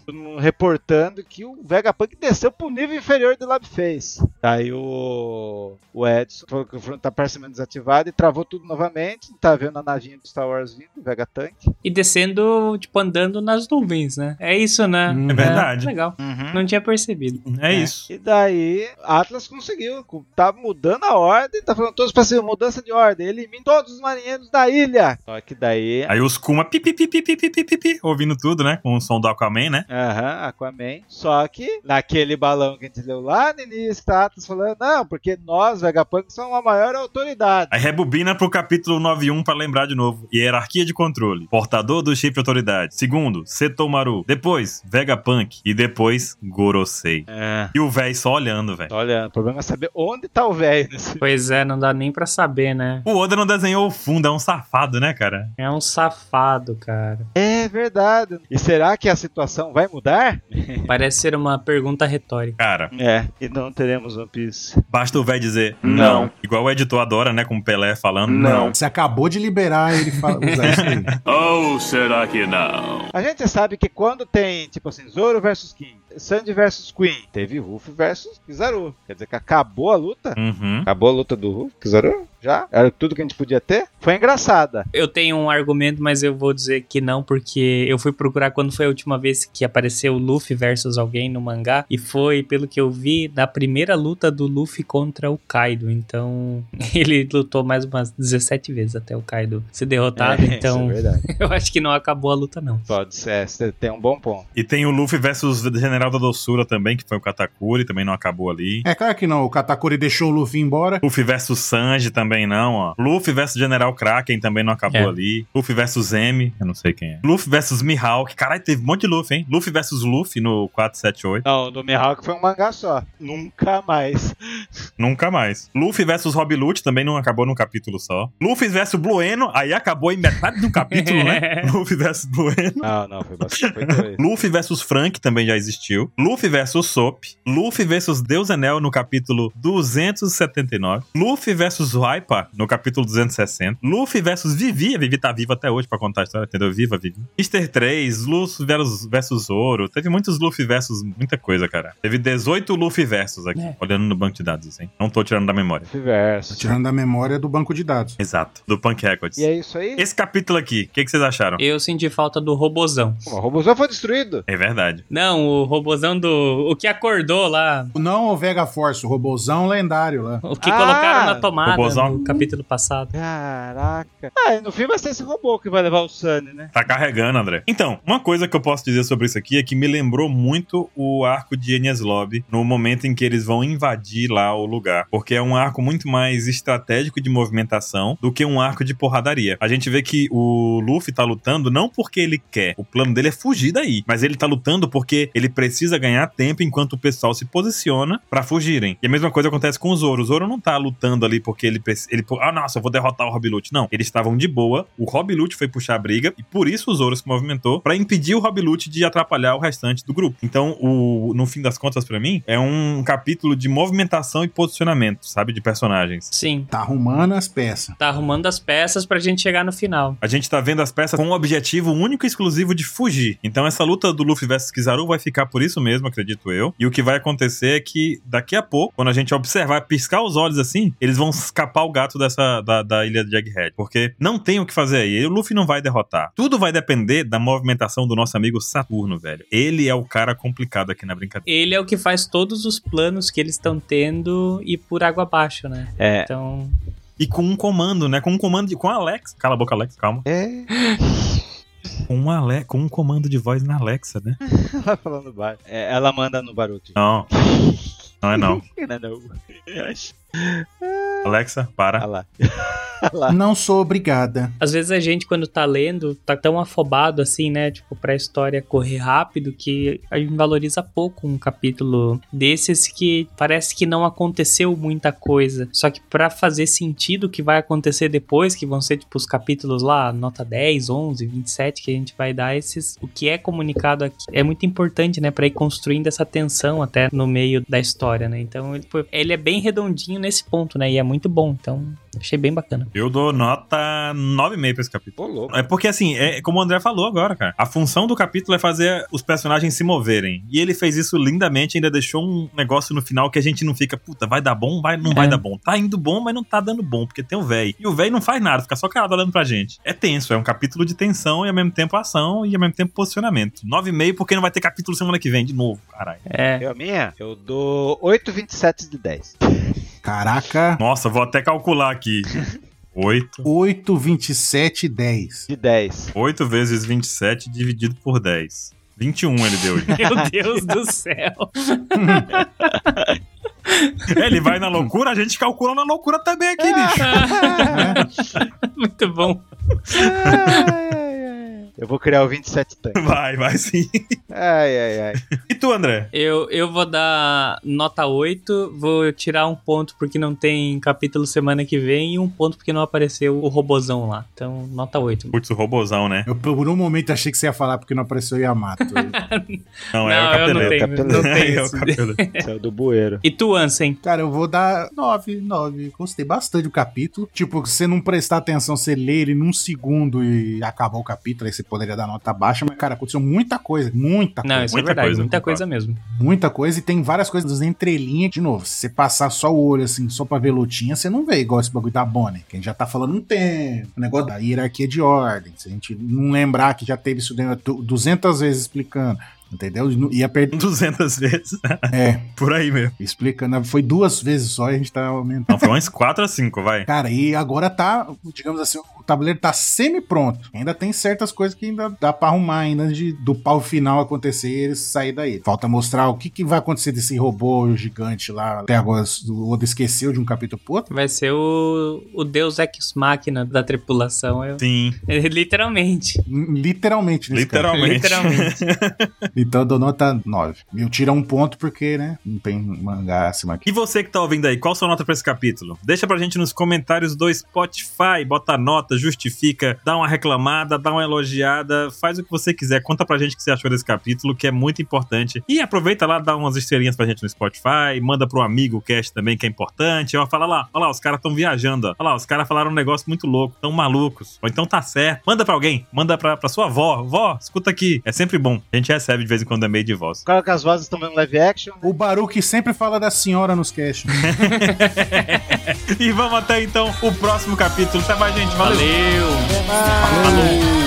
Speaker 4: reportando que o Vegapunk desceu pro nível inferior do Labface. Daí o, o Edson falou que o Frank tá parcialmente desativado e travou tudo novamente. Tá vendo a navinha do Star Wars vindo, o Vegatank.
Speaker 3: E descendo, tipo, andando nas nuvens, né? É isso, né?
Speaker 2: Hum. É
Speaker 1: verdade.
Speaker 3: legal.
Speaker 4: Uhum.
Speaker 3: Não tinha percebido.
Speaker 1: É,
Speaker 2: É.
Speaker 1: isso.
Speaker 4: E daí, Atlas conseguiu. cu- Tá mudando a ordem, tá falando todos pra cima, mudança de ordem. Elimina todos os marinheiros da ilha. Só que daí.
Speaker 1: Aí os Kuma pi, pi, pi, pi, pi, pi, pi, pi, pi, ouvindo tudo, né? Com o som do Aquaman, né?
Speaker 4: Aham, Aquaman. Só que naquele balão que a gente leu lá no início, tá Atlas falando, não, porque nós, Vegapunk, somos a maior autoridade.
Speaker 1: Aí rebobina pro capítulo 91 pra lembrar de novo. Hierarquia de controle. Portador do chip autoridade. Segundo, Setomaru. Depois, Vegapunk. E depois, Gorosei.
Speaker 4: É.
Speaker 1: E o véi só olhando, velho.
Speaker 4: Olha, o problema é saber onde tá o velho nesse. *laughs*
Speaker 3: Pois é, não dá nem pra saber, né?
Speaker 1: O Oda não desenhou o fundo, é um safado, né, cara?
Speaker 3: É um safado, cara.
Speaker 4: É verdade. E será que a situação vai mudar?
Speaker 3: Parece ser uma pergunta retórica.
Speaker 1: Cara,
Speaker 4: É, e não teremos One Piece.
Speaker 1: basta o véi dizer
Speaker 4: Não.
Speaker 1: Igual o editor adora, né? Com o Pelé falando.
Speaker 2: Você acabou de liberar ele fa- usar isso aí.
Speaker 6: Ou será que não?
Speaker 4: A gente sabe que quando tem, tipo assim, Zoro versus King, Sandy versus Queen, teve Ruff versus Kizaru. Quer dizer que acabou a luta?
Speaker 1: Uhum.
Speaker 4: Acabou a luta do Ruff, Kizaru? já? Era tudo que a gente podia ter? Foi engraçada.
Speaker 3: Eu tenho um argumento, mas eu vou dizer que não, porque eu fui procurar quando foi a última vez que apareceu o Luffy versus alguém no mangá, e foi, pelo que eu vi, na primeira luta do Luffy contra o Kaido. Então, *laughs* ele lutou mais umas 17 vezes até o Kaido ser derrotado,
Speaker 4: É, *laughs* isso
Speaker 3: então
Speaker 4: é verdade.
Speaker 3: *laughs* eu acho que não acabou a luta, não.
Speaker 4: Pode ser, é, você tem um bom ponto.
Speaker 1: E tem o Luffy versus o General da Doçura também, que foi o Katakuri, também não acabou ali.
Speaker 2: É claro que não, o Katakuri deixou o Luffy embora.
Speaker 1: Luffy versus Sanji também não, ó. Luffy versus General Kraken também não acabou
Speaker 3: É.
Speaker 1: ali. Luffy versus M, eu não sei quem é. Luffy versus Mihawk. Caralho, teve um monte de Luffy, hein? Luffy versus Luffy no 478.
Speaker 4: Não, o do Mihawk foi um mangá só. Nunca mais.
Speaker 1: Nunca mais. Luffy versus Rob Lute também não acabou num capítulo só. Luffy versus Blueno, aí acabou em metade do capítulo, né? Luffy versus Blueno.
Speaker 4: Não, não, foi bastante. Foi dois.
Speaker 1: Luffy versus Frank também já existiu. Luffy versus Soap. Luffy versus Deus Anel no capítulo 279. Luffy versus Wipa no capítulo 260. Luffy versus Vivi. A Vivi tá viva até hoje pra contar a história, entendeu? Viva, Vivi. Mr. 3. Luffy versus, versus Ouro. Teve muitos Luffy versus muita coisa, cara. Teve 18 Luffy versus aqui.
Speaker 3: É.
Speaker 1: Olhando no banco de dados, hein? Não tô tirando da memória.
Speaker 4: Universo.
Speaker 2: Tirando da memória do banco de dados.
Speaker 1: Exato. Do Punk Records.
Speaker 4: E é isso aí?
Speaker 1: Esse capítulo aqui, o que, que vocês acharam?
Speaker 3: Eu senti falta do robozão.
Speaker 4: O robôzão foi destruído.
Speaker 1: É verdade.
Speaker 3: Não, o robozão do. O que acordou lá.
Speaker 2: Não o Vega Force, o robôzão lendário lá.
Speaker 3: O que
Speaker 4: Ah,
Speaker 3: colocaram na tomada
Speaker 1: robozão.
Speaker 3: no capítulo passado.
Speaker 4: Caraca. Ah, e no fim vai ser esse robô que vai levar o Sunny, né?
Speaker 1: Tá carregando, André. Então, uma coisa que eu posso dizer sobre isso aqui é que me lembrou muito o arco de Enies Lobby no momento em que eles vão invadir lá o lugar. Porque é um arco muito mais estratégico de movimentação do que um arco de porradaria. A gente vê que o Luffy tá lutando não porque ele quer, o plano dele é fugir daí, mas ele tá lutando porque ele precisa ganhar tempo enquanto o pessoal se posiciona pra fugirem. E a mesma coisa acontece com o Zoro. O Zoro não tá lutando ali porque ele preci- ele Ah, nossa, eu vou derrotar o Rob Lute. Não, eles estavam de boa. O Rob Lute foi puxar a briga e por isso o Zoro se movimentou pra impedir o Rob Lute de atrapalhar o restante do grupo. Então, o no fim das contas pra mim, é um capítulo de movimentação e posicionamento, sabe, de personagens.
Speaker 3: Sim.
Speaker 2: Tá arrumando as peças.
Speaker 3: Tá arrumando as peças pra gente chegar no final.
Speaker 1: A gente tá vendo as peças com o objetivo único e exclusivo de fugir. Então essa luta do Luffy versus Kizaru vai ficar por isso mesmo, acredito eu. E o que vai acontecer é que daqui a pouco, quando a gente observar, piscar os olhos assim, eles vão escapar o gato dessa da, da ilha de Egghead, porque não tem o que fazer aí. E O Luffy não vai derrotar. Tudo vai depender da movimentação do nosso amigo Saturno, velho. Ele é o cara complicado aqui na brincadeira.
Speaker 3: Ele é o que faz todos os planos que eles estão tendo e por água abaixo, né?
Speaker 4: É.
Speaker 3: Então,
Speaker 1: E com um comando, né? Com um comando de com a Alexa. Cala a boca, Alexa, calma.
Speaker 4: É,
Speaker 1: Com um Ale... com um comando de voz na Alexa, né?
Speaker 4: *laughs* ela falando baixo. É, ela manda no Baruto.
Speaker 1: *laughs* Não. Não é não.
Speaker 4: Não, não. Eu acho.
Speaker 1: Alexa, para.
Speaker 4: Olha lá.
Speaker 2: Não sou obrigada.
Speaker 3: às vezes a gente, quando tá lendo, tá tão afobado assim, né? Tipo, pra história correr rápido que a gente valoriza pouco um capítulo desses que parece que não aconteceu muita coisa. Só que pra fazer sentido o que vai acontecer depois, que vão ser tipo os capítulos lá, nota 10, 11, 27, que a gente vai dar esses, o que é comunicado aqui é muito importante, né, Pra ir construindo essa tensão até no meio da história, né? Então, ele, foi- ele é bem redondinho nesse ponto, né? E é muito bom. Então, achei bem bacana.
Speaker 1: Eu dou nota 9,5 pra esse capítulo.
Speaker 4: Pô, louco.
Speaker 1: É porque, assim, é como o André falou agora, cara. A função do capítulo é fazer os personagens se moverem. E ele fez isso lindamente, ainda deixou um negócio no final que a gente não fica, puta, vai dar bom, vai, não vai
Speaker 3: É.
Speaker 1: dar bom. Tá indo bom, mas não tá dando bom, porque tem o véi. E o véi não faz nada, fica só calado olhando pra gente. É tenso, é um capítulo de tensão e ao mesmo tempo ação e ao mesmo tempo posicionamento. 9,5 porque não vai ter capítulo semana que vem, de novo, caralho.
Speaker 3: É,
Speaker 4: Eu, a minha? Eu dou 8,27 de 10.
Speaker 2: Caraca,
Speaker 1: Nossa, vou até calcular aqui. 8.
Speaker 2: 8, 27, 10.
Speaker 4: De 10.
Speaker 1: 8 vezes 27 dividido por 10. 21 ele deu. *laughs* gente.
Speaker 3: Meu Deus do céu.
Speaker 1: É, Ele vai na loucura, a gente calcula na loucura também aqui, bicho.
Speaker 3: *laughs* Muito bom.
Speaker 4: Eu vou criar o 27 tanque.
Speaker 1: Vai, vai sim.
Speaker 4: Ai, ai, ai.
Speaker 1: E tu, André?
Speaker 3: Eu, eu vou dar nota 8, vou tirar um ponto porque não tem capítulo semana que vem e um ponto porque não apareceu o robozão lá. Então, nota 8.
Speaker 1: Putz, o robozão, né?
Speaker 2: Eu por um momento achei que você ia falar porque não apareceu o Yamato.
Speaker 1: Não,
Speaker 3: não,
Speaker 1: é
Speaker 3: eu não
Speaker 1: o capeleiro.
Speaker 3: tenho,
Speaker 4: capeleiro.
Speaker 3: não
Speaker 1: *laughs*
Speaker 3: tenho
Speaker 1: é o
Speaker 3: esse.
Speaker 1: capeleiro.
Speaker 4: Saiu do bueiro.
Speaker 3: E tu, Ansem?
Speaker 2: Cara, eu vou dar 9, 9. Gostei bastante do capítulo. Tipo, se você não prestar atenção, você lê ele num segundo e acabou o capítulo, aí você poderia dar nota baixa. Mas, cara, aconteceu muita coisa. muita coisa.
Speaker 3: Não, isso
Speaker 1: Ah, Muita
Speaker 3: é verdade,
Speaker 1: coisa,
Speaker 3: muita
Speaker 1: concordo.
Speaker 3: coisa mesmo.
Speaker 2: Muita coisa e tem várias coisas entrelinhas. De novo, se você passar só o olho assim, só pra ver lutinha, você não vê igual esse bagulho da Bonnie, que a gente já tá falando um tempo. O negócio da hierarquia de ordem. Se a gente não lembrar que já teve isso dentro- 200 vezes explicando, entendeu? E não- Ia perder.
Speaker 1: 200 Um vezes.
Speaker 2: É,
Speaker 1: *laughs* Por aí mesmo.
Speaker 2: explicando. Foi duas vezes só e a gente tá aumentando.
Speaker 1: Não, foi umas 4 a 5, vai.
Speaker 2: Cara, e agora tá, digamos assim, o tabuleiro tá semi-pronto. Ainda tem certas coisas que ainda dá pra arrumar ainda de, do pau final acontecer e eles sair daí. Falta mostrar o que, que vai acontecer desse robô gigante lá. Até agora o Oda esqueceu de um capítulo pro outro.
Speaker 3: Vai ser o, o Deus Ex Machina da tripulação. eu- *laughs*
Speaker 1: Sim,
Speaker 3: Literalmente.
Speaker 2: Literalmente, nesse caso.
Speaker 1: literalmente.
Speaker 3: Literalmente.
Speaker 2: Então eu dou nota 9. Eu tiro um ponto porque, né? Não tem mangá assim acima aqui.
Speaker 1: E você que tá ouvindo aí, qual sua nota pra esse capítulo? Deixa pra gente nos comentários do Spotify, bota a nota, justifica, dá uma reclamada, dá uma elogiada, faz o que você quiser, conta pra gente o que você achou desse capítulo, que é muito importante. E aproveita lá, dá umas estrelinhas pra gente no Spotify, manda pro amigo o cast também, que é importante. Ó, fala lá, olha lá, os caras tão viajando, ó. Olha lá, os caras falaram um negócio muito louco, tão malucos. Ou então tá certo. Manda pra alguém, manda pra, pra sua avó. Vó, escuta aqui, é sempre bom. A gente recebe de vez em quando e-mail de voz. *laughs*
Speaker 4: Claro que as vozes estão vendo live action.
Speaker 2: O Baruque sempre fala da senhora nos cash.
Speaker 1: E vamos até então o próximo capítulo. Até mais, gente. Valeu.
Speaker 3: Valeu!
Speaker 1: Falou.